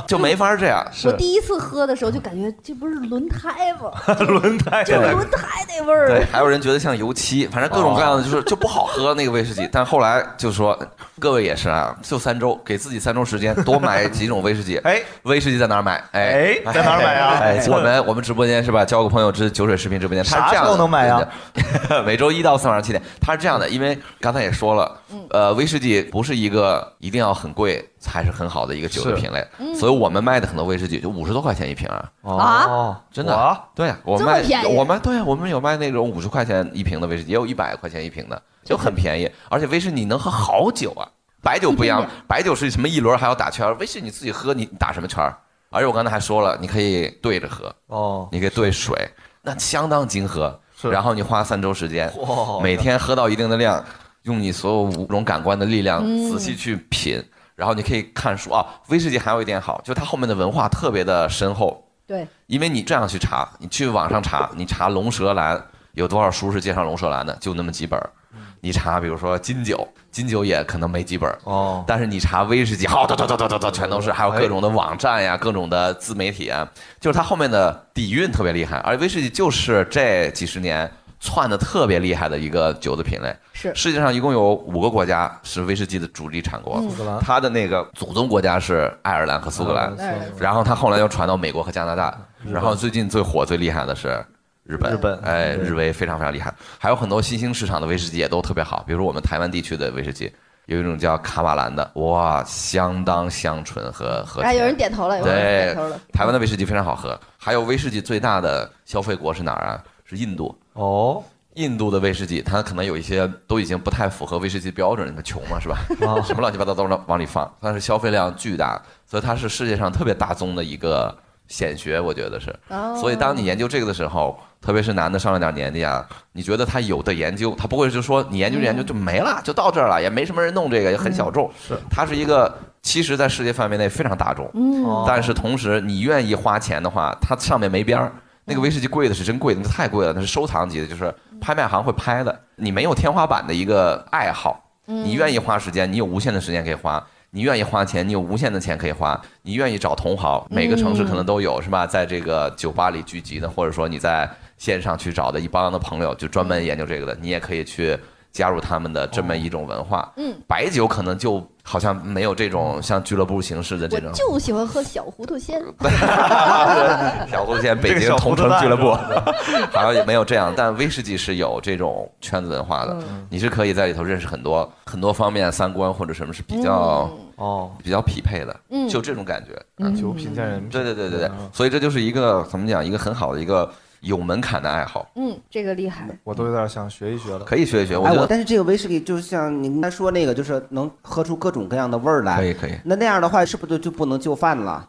就没法儿这样。
我第一次喝的时候就感觉这不是轮胎吗？
轮胎
就是轮胎那味儿啊
对，。还有人觉得像油漆，反正各种各样的，
哦
就是就不好喝那个威士忌。但后来就说，各位也是啊，就三周，给自己三周时间，多买几种威士 忌。哎，威士忌在哪儿买？哎，
哎在哪儿买啊
哎
哎，
我们我们直播间是吧？交个朋友，这是酒水视频直播间，它
啥
是这样
时候
的
能买啊？
每周一到四晚上七点，它是这样的，因为刚才也说了，
嗯
呃，威士忌不是一个一定要很贵才是很好的一个酒
是
的品类，
嗯
所以我们卖的很多威士忌就五十多块钱一瓶啊。
啊
真的啊？对啊，我
这么
卖
便宜
我们对啊，我们有卖那种五十块钱一瓶的威士忌，也有一百块钱一瓶的，就很便宜。而且威士忌能喝好久啊，白酒不一样，白酒是什么一轮还要打圈儿，威士忌你自己喝你你打什么圈儿？而且我刚才还说了，你可以对着喝
哦，
你可以兑水，那相当精喝。然后你花三周时间
哇，
每天喝到一定的量，用你所有五种感官的力量
嗯
仔细去品。然后你可以看书啊。威士忌还有一点好，就是它后面的文化特别的深厚，
对，
因为你这样去查，你去网上查，你查龙舌兰有多少书是介绍龙舌兰的，就那么几本儿。你查，比如说金酒，金酒也可能没几本哦，但是你查威士忌，好，哒哒哒哒哒哒，全都是，还有各种的网站呀，各种的自媒体啊，就是它后面的底蕴特别厉害，而威士忌就是这几十年窜的特别厉害的一个酒的品类。
是
世界上一共有五个国家是威士忌的主力产国
嗯苏格兰，
它的那个祖宗国家是爱尔兰和苏格兰
爱尔兰，嗯
然后它后来又传到美国和加拿大，
本
然后最近最火最厉害的是日本，日本，哎，日威非常非常厉害，还有很多新兴市场的威士忌也都特别好，比如说我们台湾地区的威士忌，有一种叫卡瓦兰的，哇，相当香醇和和
哎，
甜
有人点头了，有人
对
点头了，，
台湾的威士忌非常好喝，还有威士忌最大的消费国是哪儿啊？是印度哦。印度的威士忌，它可能有一些都已经不太符合威士忌标准，它穷嘛是吧？ 什么乱七八糟都往里放，但是消费量巨大，所以它是世界上特别大宗的一个显学，我觉得是。
哦
所以当你研究这个的时候，特别是男的上了点年纪啊，你觉得他有的研究，他不会就说你研究研究就没了，就到这儿了，也没什么人弄这个，也很小众。嗯是，它是一个其实在世界范围内非常大众，
嗯哦
但是同时你愿意花钱的话，它上面没边儿。那个威士忌贵的是真贵的，那个太贵了，那是收藏级的，就是拍卖行会拍的。你没有天花板的一个爱好，
嗯
你愿意花时间，你有无限的时间可以花；你愿意花钱，你有无限的钱可以花；你愿意找同好，每个城市可能都有，是吧？在这个酒吧里聚集的，或者说你在线上去找的一帮的朋友，就专门研究这个的，你也可以去加入他们的这么一种文化。
嗯
白酒可能就好像没有这种像俱乐部形式的这种
我。就喜欢喝小糊涂 鲜，
小胡县北
这
京
个小
同
胡子
城
大
俱乐部
是吧，
好像也没有这样，但威士忌是有这种圈子文化的
嗯，
你是可以在里头认识很多很多方面三观或者什么是比较哦比较匹配的
嗯，
就这种感觉。
嗯酒品
鉴人，对对对对对，所以这就是一个怎么讲，一个很好的一个有门槛的爱好，
嗯，这个厉害，
我都有点想学一学了。
可以学一学。我
哎，
觉
我
得
但是这个威士忌就是像您刚才说那个，就是能喝出各种各样的味儿来。
可以可以。
那那样的话，是不是就就不能就范了？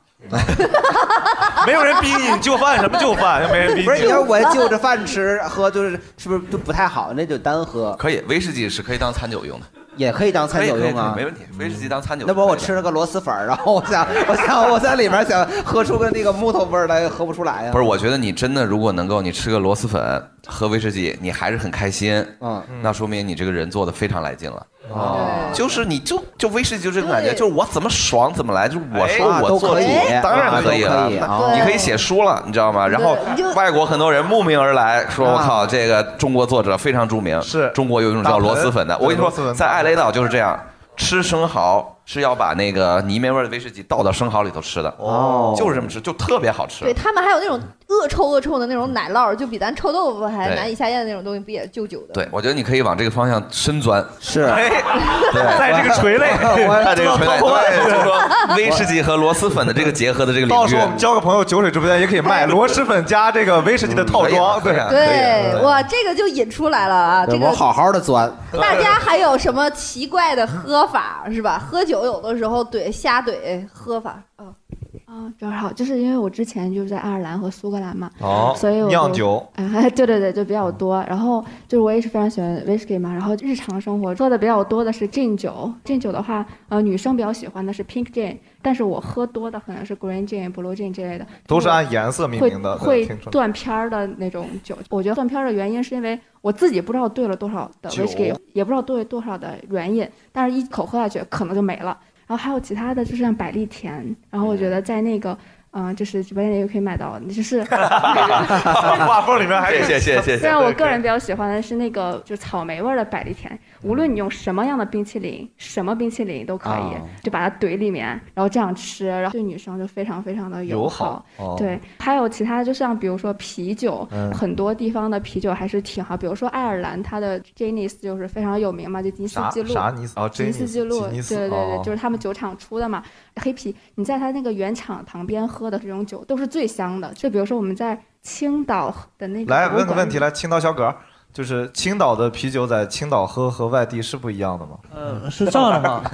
没有人逼你就范，什么就 范，又没人逼你。
不是，你要我就着饭吃喝，就是是不是就不太好？那就单喝。
可以，威士忌是可以当餐酒用的，
也可以当餐酒用啊
可以可以可以没问题，威士忌当餐酒。
那不我吃了个螺蛳粉儿，然后我想， 我想我在里面想喝出个那个木头味儿来，喝不出来呀、啊
不是，我觉得你真的如果能够你吃个螺蛳粉，喝威士忌，你还是很开心，
嗯，
那说明你这个人做的非常来劲了。
哦
就是你就就威士忌就这种感觉，就是我怎么爽怎么来，就是我说
哎
我做
都可以
当然可以
啊
了
都可以，
那
啊
你可以写书了，你知道吗？然后
你就
外国很多人慕名而来，说我靠，这个中国作者非常著名，是中国有一种叫螺蛳粉的，
大盆
我跟你说
对螺蛳粉，
在爱雷岛就是这样。吃生蚝是要把那个泥煤味儿的威士忌倒到生蚝里头吃的，
哦
就是这么吃，就特别好吃。
对他们还有那种恶臭恶臭的那种奶酪，就比咱臭豆腐还
对
难以下咽的那种东西，不也就 酒的？
对，我觉得你可以往这个方向深钻。
是，
对，
在这个垂泪我
哎 在这个垂泪，
我
对，就是说威士忌和螺蛳粉的这个结合的这个领域。
到时候我们交个朋友，酒水直播间也可以 卖螺蛳粉加这个威士忌的套装，
可以啊
对，哇，这个就引出来了啊！这个
我好好的钻。
大家还有什么奇怪的喝法是吧？喝酒有的时候怼瞎怼喝法啊，
啊，比较好，就是因为我之前就是在爱尔兰和苏格兰嘛，
哦
所以我就
酿酒
哎，对对对，就比较多。然后就是我也是非常喜欢 whisky 嘛，然后日常生活喝的比较多的是 gin 酒，gin 酒的话，呃，女生比较喜欢的是 pink gin，但是我喝多的可能是 green gin、blue gin 这类的，
都是按颜色命
会
名的，
会
听说
断 片儿的那种酒。我觉得断片儿的原因是因为我自己不知道兑了多少的
酒
whisky，也不知道兑了多少的原因，但是一口喝下去可能就没了。然后还有其他的，就是像百利甜，然后我觉得在那个。嗯，就是直播间也可以买到，就是
画缝里面还有
谢谢谢谢谢。
但我个人比较喜欢的是那个就是草莓味儿的百利甜，无论你用什么样的冰淇淋，什么冰淇淋都可
啊
以，
哦
就把它怼里面，然后这样吃，然后对女生就非常非常的
友
好
好。哦
对，还有其他的，就像比如说啤酒，
嗯
很多地方的啤酒还是挺好，比如说爱尔兰它的 Guinness 就是非常有名嘛，就吉尼斯
啥
记录，
啥尼斯哦
吉尼斯
Guinness，
记录，
吉尼斯
对对对，
哦
就是他们酒厂出的嘛。黑啤，你在它那个原厂旁边喝的这种酒都是最香的。就比如说我们在青岛的那个
来
博物
问个
馆
问题，来，青岛小葛，就是青岛的啤酒在青岛喝和外地是不一样的吗？
呃，是这样的 哈，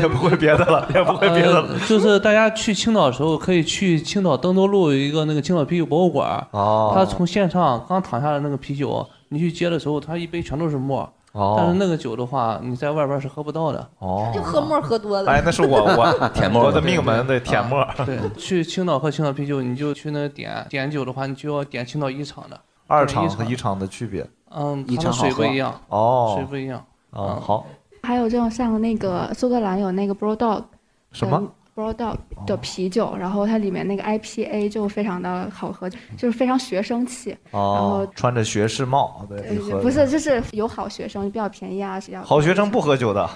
也不会别的了，也不会别的了。
呃，就是大家去青岛的时候，可以去青岛登州路有一个那个青岛啤酒博物馆。
哦
它从现场刚躺下的那个啤酒，你去接的时候，它一杯全都是沫。
哦
但是那个酒的话，你在外边是喝不到的。
哦
就喝沫儿喝多了。
哎，那是我 我我的命门对
对
舔沫儿。
啊对，去青岛喝青岛啤酒，你就去那点点酒的话，你就要点青岛一厂的。
二
青岛
厂
一
和一厂的区别。
嗯，
一
它的
厂好
水不
喝
一样，
哦，
水不一样。嗯
哦，好，
还有这种像那个苏格兰有那个 Brewdog，
什么哦
Brewdog 的啤酒，然后它里面那个 IPA 就非常的好喝，就是非常学生气。然后
哦，穿着学士帽，对，一喝
呃不是，就是有好学生比较便宜啊，比较
好学生不喝酒 的。啊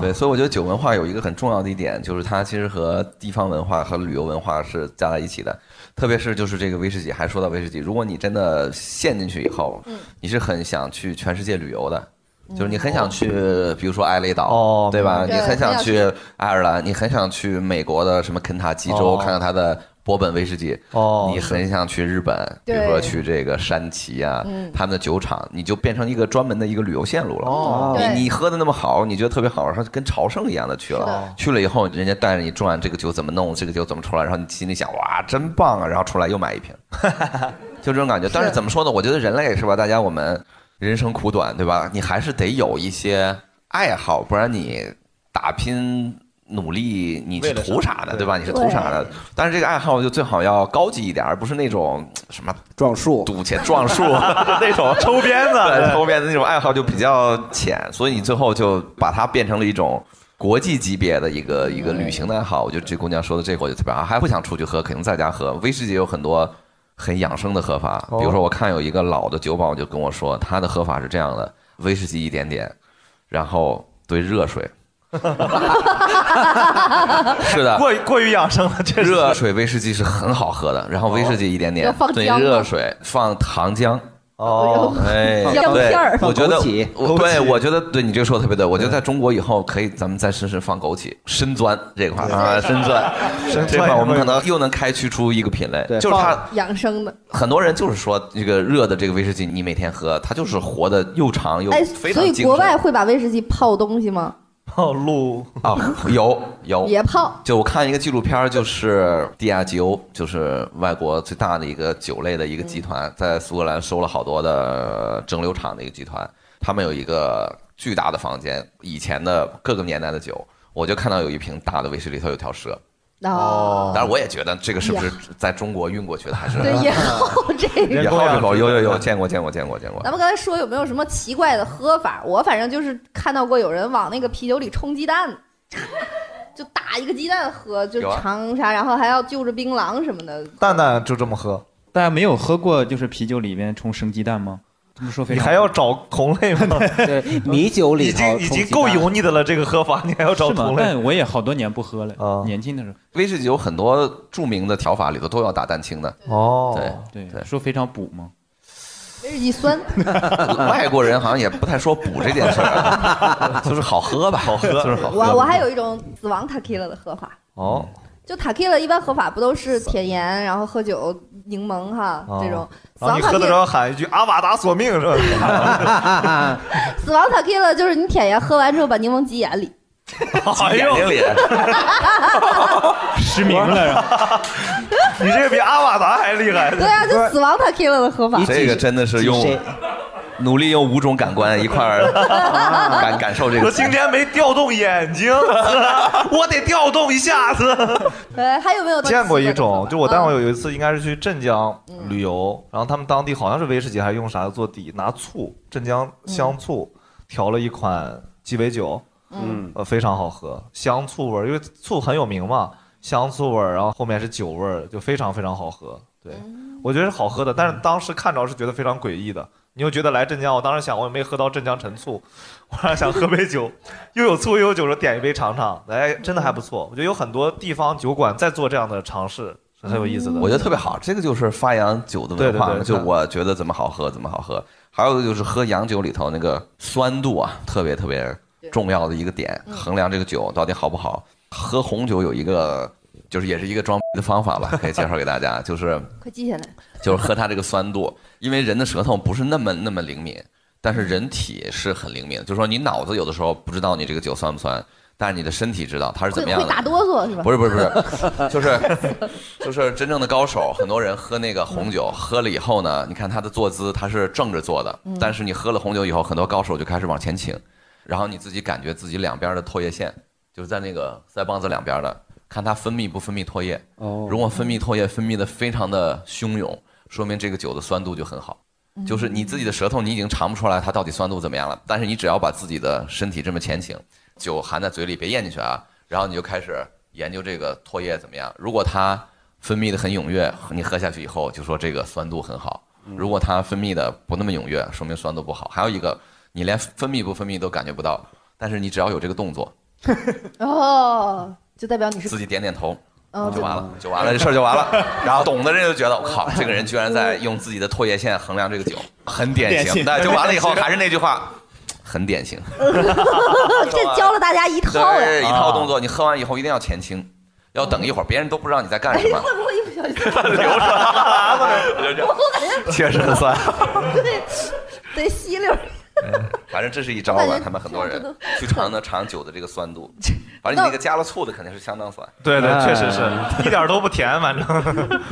对，所以我觉得酒文化有一个很重要的一点，就是它其实和地方文化和旅游文化是加在一起的。特别是就是这个威士忌，还说到威士忌，如果你真的陷进去以后，你是很想去全世界旅游的，就是你很想去，比如说艾雷岛，嗯对吧？
哦明白
你很想
对
去爱尔兰，你很想去美国的什么肯塔基州
哦
看看它的波本威士忌，
哦
你很想去日本，比如
对
说去这个山崎啊
嗯，
他们的酒厂，你就变成一个专门的一个旅游线路了。
哦对
你你喝的那么好，你觉得特别好，然后就跟朝圣一样的去了。去了以后，人家带着你转这个酒怎么弄，这个酒怎么出来，然后你心里想哇，真棒啊，然后出来又买一瓶， 就这种感觉。但是怎么说呢？我觉得人类是吧？大家我们人生苦短，对吧？你还是得有一些爱好，不然你打拼。努力，你是
为了啥
图啥呢？
对
对吧？你是图啥呢？但是这个爱好就最好要高级一点，而不是那种什么
撞树、
赌钱、撞树 那种
抽鞭子
对
对
抽边的那种爱好就比较浅，所以你最后就把它变成了一种国际级别的一个一个旅行的爱好。我觉得这姑娘说的这个我就特别好，还不想出去喝，肯定在家喝。威士忌有很多很养生的喝法，
哦
比如说我看有一个老的酒保就跟我说，他的喝法是这样的：威士忌一点点，然后兑热水。是的，
过于过于养生了，这是
热水威士忌是很好喝的，然后威士忌一点
哦要
点
放，
对
姜吗
热水放糖浆。
哦
哎，
姜
对
片儿
我觉得
放枸杞，
我
枸
对，
杞
我觉得对你这个说的特别对。我觉得在中国以后可以，咱们再试试放枸杞、深钻这块儿啊，深钻
深钻，
这块儿我们可能又能开驱出一个品类，就是它
养生的。
很多人就是说这个热的这个威士忌，你每天喝，它就是活的又长又
哎，
非常
所以
精
国
神
外会把威士忌泡东西吗？
哦，路
啊，有有
也泡。
就我看一个纪录片儿，就是迪亚吉欧，就是外国最大的一个酒类的一个集团，在苏格兰收了好多的蒸馏厂的一个集团，他们有一个巨大的房间，以前的各个年代的酒，我就看到有一瓶大的威士忌，里头有条蛇。
哦，
当然我也觉得这个是不是
呀
在中国运过去的，还是
对，也泡这个。
也好 这口有有有见过见过见过见过
咱。们刚才说有没有什么奇怪的喝法？我反正就是看到过有人往那个啤酒里冲鸡蛋， 就打一个鸡蛋喝，就
有啊
尝啥，然后还要就着槟榔什么的。
蛋蛋就这么喝。
大家没有喝过就是啤酒里面冲生鸡蛋吗？这么说非
你
常
还要找同类吗？
对
米酒里
已经已经够油腻的了，这个喝法你还要找
是吗
同？类
但？我也好多年不喝了，哦年轻的时候。
威士忌有很多著名的调法里头都要打蛋清的。
哦
对
对，说非常补吗？
威士忌 酸，
外国人好像也不太说补这件事 儿啊，就是好喝吧，好
喝
就是好喝。
我我还有一种死亡 tequila 的喝法，
哦，
就 tequila 一般喝法不都是甜盐，然后喝酒柠檬哈啊这种
哦。
死
然
亡
后你喝的时
tequila，
候喊一句“阿瓦达索命”是 吧？
死亡 tequila 就是你舔盐喝完之后把柠檬挤眼里。
哎呦，
失明了，
你这个比阿瓦达还厉害。
对啊，就死亡 tequila 的喝法。
这个真的是用努力用五种感官一块儿 感感受这个。
我今天没调动眼睛， 我得调动一下子。
呃，还有没有
见过一种，就我待会
嗯
儿有一次应该是去镇江旅游，然后他们当地好像是威士忌还是用啥做底，拿醋，镇江香醋调了一款鸡尾酒，
嗯
呃，非常好喝，香醋味儿，因为醋很有名嘛，香醋味儿，然后后面是酒味儿，就非常非常好喝。对，我觉得是好喝的，但
嗯
是当时看着是觉得非常诡异的。你又觉得来镇江，我当时想我也没喝到镇江陈醋，我还想喝杯酒，又有醋又有酒，说点一杯尝尝，哎，真的还不错。我觉得有很多地方酒馆在做这样的尝试，是很有意思的。
我觉得特别好，这个就是发扬酒的
对
文
对
化
对
嘛。就
看
我觉得怎么好喝怎么好喝，还有一个就是喝洋酒里头那个酸度啊，特别特别重要的一个点，衡量这个酒到底好不好。喝红酒有一个就是也是一个装逼的方法吧，可以介绍给大家，就是
快记下来。
就是喝它这个酸度，因为人的舌头不是那么那么灵敏，但是人体是很灵敏的，就是说你脑子有的时候不知道你这个酒酸不酸，但是你的身体知道它是怎么样
会
的
打。哆嗦是吧？
不是不是不是，就是就是真正的高手，很多人喝那个红酒，喝了以后呢，你看他的坐姿，他是正着坐的
嗯，
但是你喝了红酒以后，很多高手就开始往前倾，然后你自己感觉自己两边的唾液腺，就是在那个腮帮子两边的，看它分泌不分泌唾液。
哦
如果 分泌唾液分泌的非常的汹涌，说明这个酒的酸度就很好。就是你自己的舌头，你已经尝不出来它到底酸度怎么样了。但是你只要把自己的身体这么前倾，酒含在嘴里别咽进去啊，然后你就开始研究这个唾液怎么样。如果它分泌的很踊跃，你喝下去以后就说这个酸度很好；如果它分泌的不那么踊跃，说明酸度不好。还有一个，你连分泌不分泌都感觉不到，但是你只要有这个动作，
哦，就代表你是
自己点点头。
哦
就完了，就完了，这事儿就完了。然后懂的人就觉得，我靠，这个人居然在用自己的唾液腺衡量这个酒，很典
典型
型。 但就完了以后，还是那句话，很典型。
这教了大家一套呀，
对，一套动
啊
作，你喝完以后一定要前倾，要等一会儿，别人都不知道你在干
哎，
什么。
会不会一不小心
流出来了
哎我我感觉
确实很酸。
对，得吸溜儿。
反正这是一招吧，他们很多人去尝的尝酒的这个酸度。反正你那个加了醋的肯定是相当酸。
对对，确实是
哎
一点儿都不甜，反正。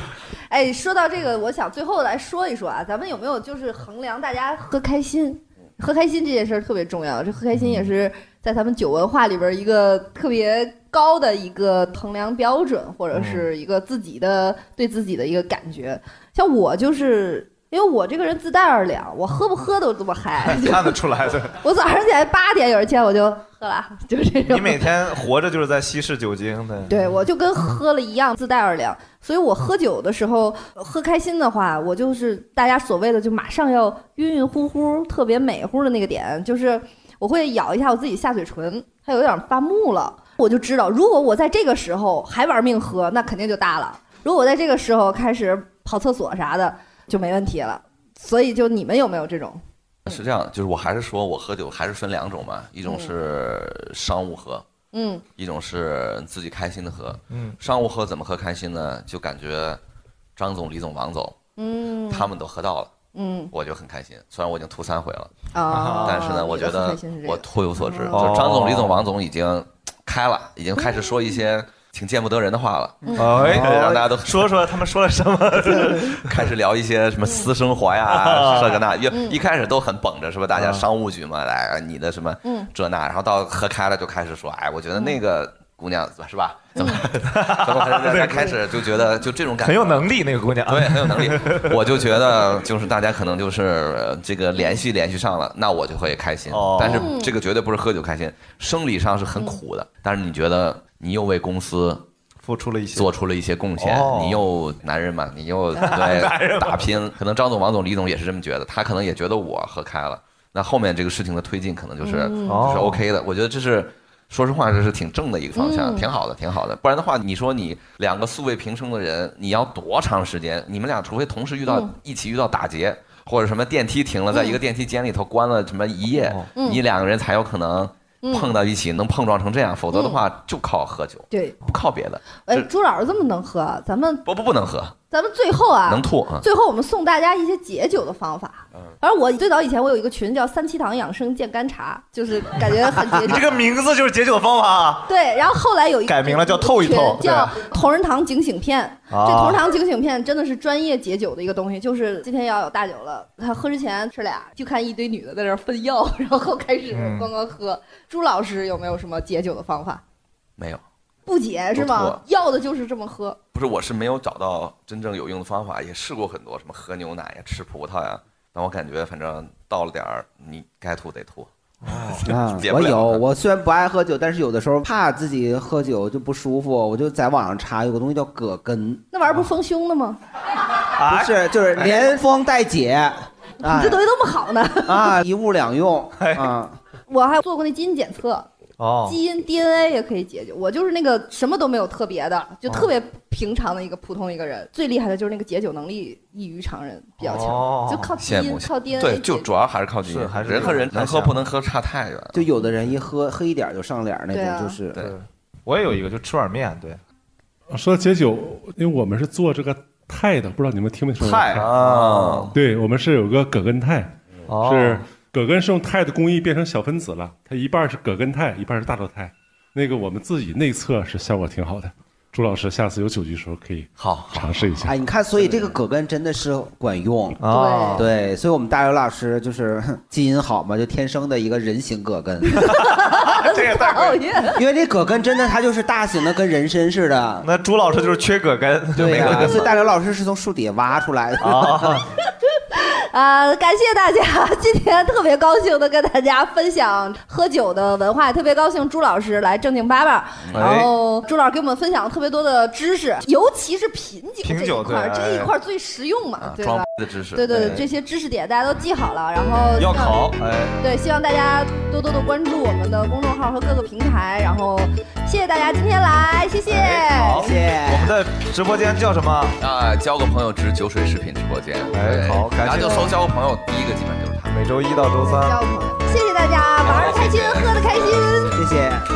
哎，说到这个，我想最后来说一说啊，咱们有没有就是衡量大家喝开心？喝开心这件事儿特别重要，这喝开心也是在咱们酒文化里边儿一个特别高的一个衡量标准，或者是一个自己的对自己的一个感觉。像我就是因为我这个人自带二两，我喝不喝都这么嗨，
看得出来的。
我早上起来八点有人欠我就喝了，就这种。
你每天活着就是在稀释酒精的。
对，我就跟喝了一样，自带二两。所以我喝酒的时候，喝开心的话，我就是大家所谓的就马上要晕晕乎乎、特别美乎的那个点，就是我会咬一下我自己下嘴唇，它有点发木了，我就知道，如果我在这个时候还玩命喝，那肯定就大了。如果我在这个时候开始跑厕所啥的，就没问题了。所以就你们有没有这种？
是这样的，就是我还是说我喝酒还是分两种嘛，一种是商务喝，
嗯，
一种是自己开心的喝。
嗯
商务喝怎么喝开心呢？就感觉张总、李总、王总，
嗯
他们都喝到了，
嗯
我就很开心。虽然我已经吐三回了，
哦
但是呢，我觉
你的
得
开心是这个
我吐有所知。
哦
就张总、李总、王总已经开了，已经开始说一些挺见不得人的话了，
嗯
对
哎
让大家都
说说他们说了什么？
开始聊一些什么私生活呀
啊，
这个那，因为
嗯
一开始都很绷着，是吧？大家商务局嘛，来你的什么
嗯
这那，然后到喝开了就开始说，哎，我觉得那个姑娘是吧？怎么怎么大家开始就觉得就这种感觉
很有能力那个姑娘，
对，很有能力。我就觉得就是大家可能就是呃这个联系联系上了，那我就会开心。
哦
但是
嗯
这个绝对不是喝酒开心，生理上是很苦的。但是你觉得你又为公司。
付出了一些，
做出了一些贡献。
哦
你又男人嘛，你又
男人嘛
对打拼。可能张总、王总、李总也是这么觉得，他可能也觉得我喝开了。那后面这个事情的推进，可能就是、
嗯
就是 OK 的。
哦
我觉得这是，说实话，这是挺正的一个方向，
嗯
挺好的，挺好的。不然的话，你说你两个素未平生的人，你要多长时间？你们俩除非同时遇到、
嗯
一起遇到打劫，或者什么电梯停了，在一个电梯间里头关了什么一夜，
嗯
你两个人才有可能
嗯
碰到一起，能碰撞成这样。否则的话，就靠喝酒，
对，
不靠别的。
哎，
这
朱老师这么能喝，咱们
不不不能喝，
咱们最后啊，
能吐啊
最后我们送大家一些解酒的方法。反正我最早以前我有一个群叫“三七堂养生健肝茶”，就是感觉很解
你
酒。
这个名字就是解酒方法啊。
对，然后后来有一个
改名了叫透一透
群
对
叫
啊
同仁堂警醒片。
啊
这同仁堂警醒片真的是专业解酒的一个东西，就是今天要有大酒了，他喝之前吃俩，就看一堆女的在那儿分药， 然后开始
嗯
咣咣喝。朱老师有没有什么解酒的方法？
没有。
不解是
不
吗
错？
要的就是这么喝。
不是，我是没有找到真正有用的方法，也试过很多，什么喝牛奶呀、吃葡萄呀，但我感觉反正到了点儿，你该吐得吐。
啊
解，不
我
了
有，我虽然不爱喝酒，但是有的时候怕自己喝酒就不舒服，我就在网上查有个东西叫葛根，
那玩意儿不丰胸的吗？
啊
不是，就是连风带解，
哎
啊
你这东西那么好呢？
啊，一物两用啊。
我还做过那基因检测，
哦
基因 DNA 也可以解决。我就是那个什么都没有特别的，就特别平常的一个普通一个人。最厉害的就是那个解酒能力异于常人，比较强，就靠基
哦羡慕
因、靠 DNA
对，就主要还是靠基
是
因，
还是
人和人
太
能喝
像
不能喝差太远了。
就有的人一喝黑一点就上脸儿那
对啊
种，就是
对。
我也有一个，就吃碗面，对，
说到解酒，因为我们是做这个泰的，不知道你们听没听说过
泰啊
对我们是有个葛根泰，
哦
是葛根是用钛的工艺变成小分子了，它一半是葛根钛，一半是大豆钛。那个我们自己内测是效果挺好的。朱老师，下次有酒局的时候可以
好
尝试一下。
哎，你看，所以这个葛根真的是管用
哦
对，所以我们大刘老师就是哼基因好嘛，就天生的一个人形葛根。
这个
讨厌。
因为这葛根真的，它就是大型的，跟人参似的。
那朱老师就是缺葛根，就没
对
葛
呀、
根
所以大刘老师是从树底下挖出来的。
哦
啊、感谢大家，今天特别高兴的跟大家分享喝酒的文化，也特别高兴朱老师来正经八百，
哎
然后朱老师给我们分享了特别多的知识，尤其是品酒
品
这一
酒
块儿，
对哎啊
这一块儿最实用嘛，对
装
吧
逼？的知识，哎
对对对，这些知识点大家都记好了，然后
要
希望
考哎。
对，希望大家多多的关注我们的公众号和各个平台，然后谢谢大家今天来，谢谢，
哎
好，我们的直播间叫什么？
啊，交个朋友之酒水食品直播间，
哎
对
好感
然后
谢
就搜交个朋友，第一个基本就是他。
啊
每周一到周三。
谢谢大家，玩的开心，喝的开心。
谢谢。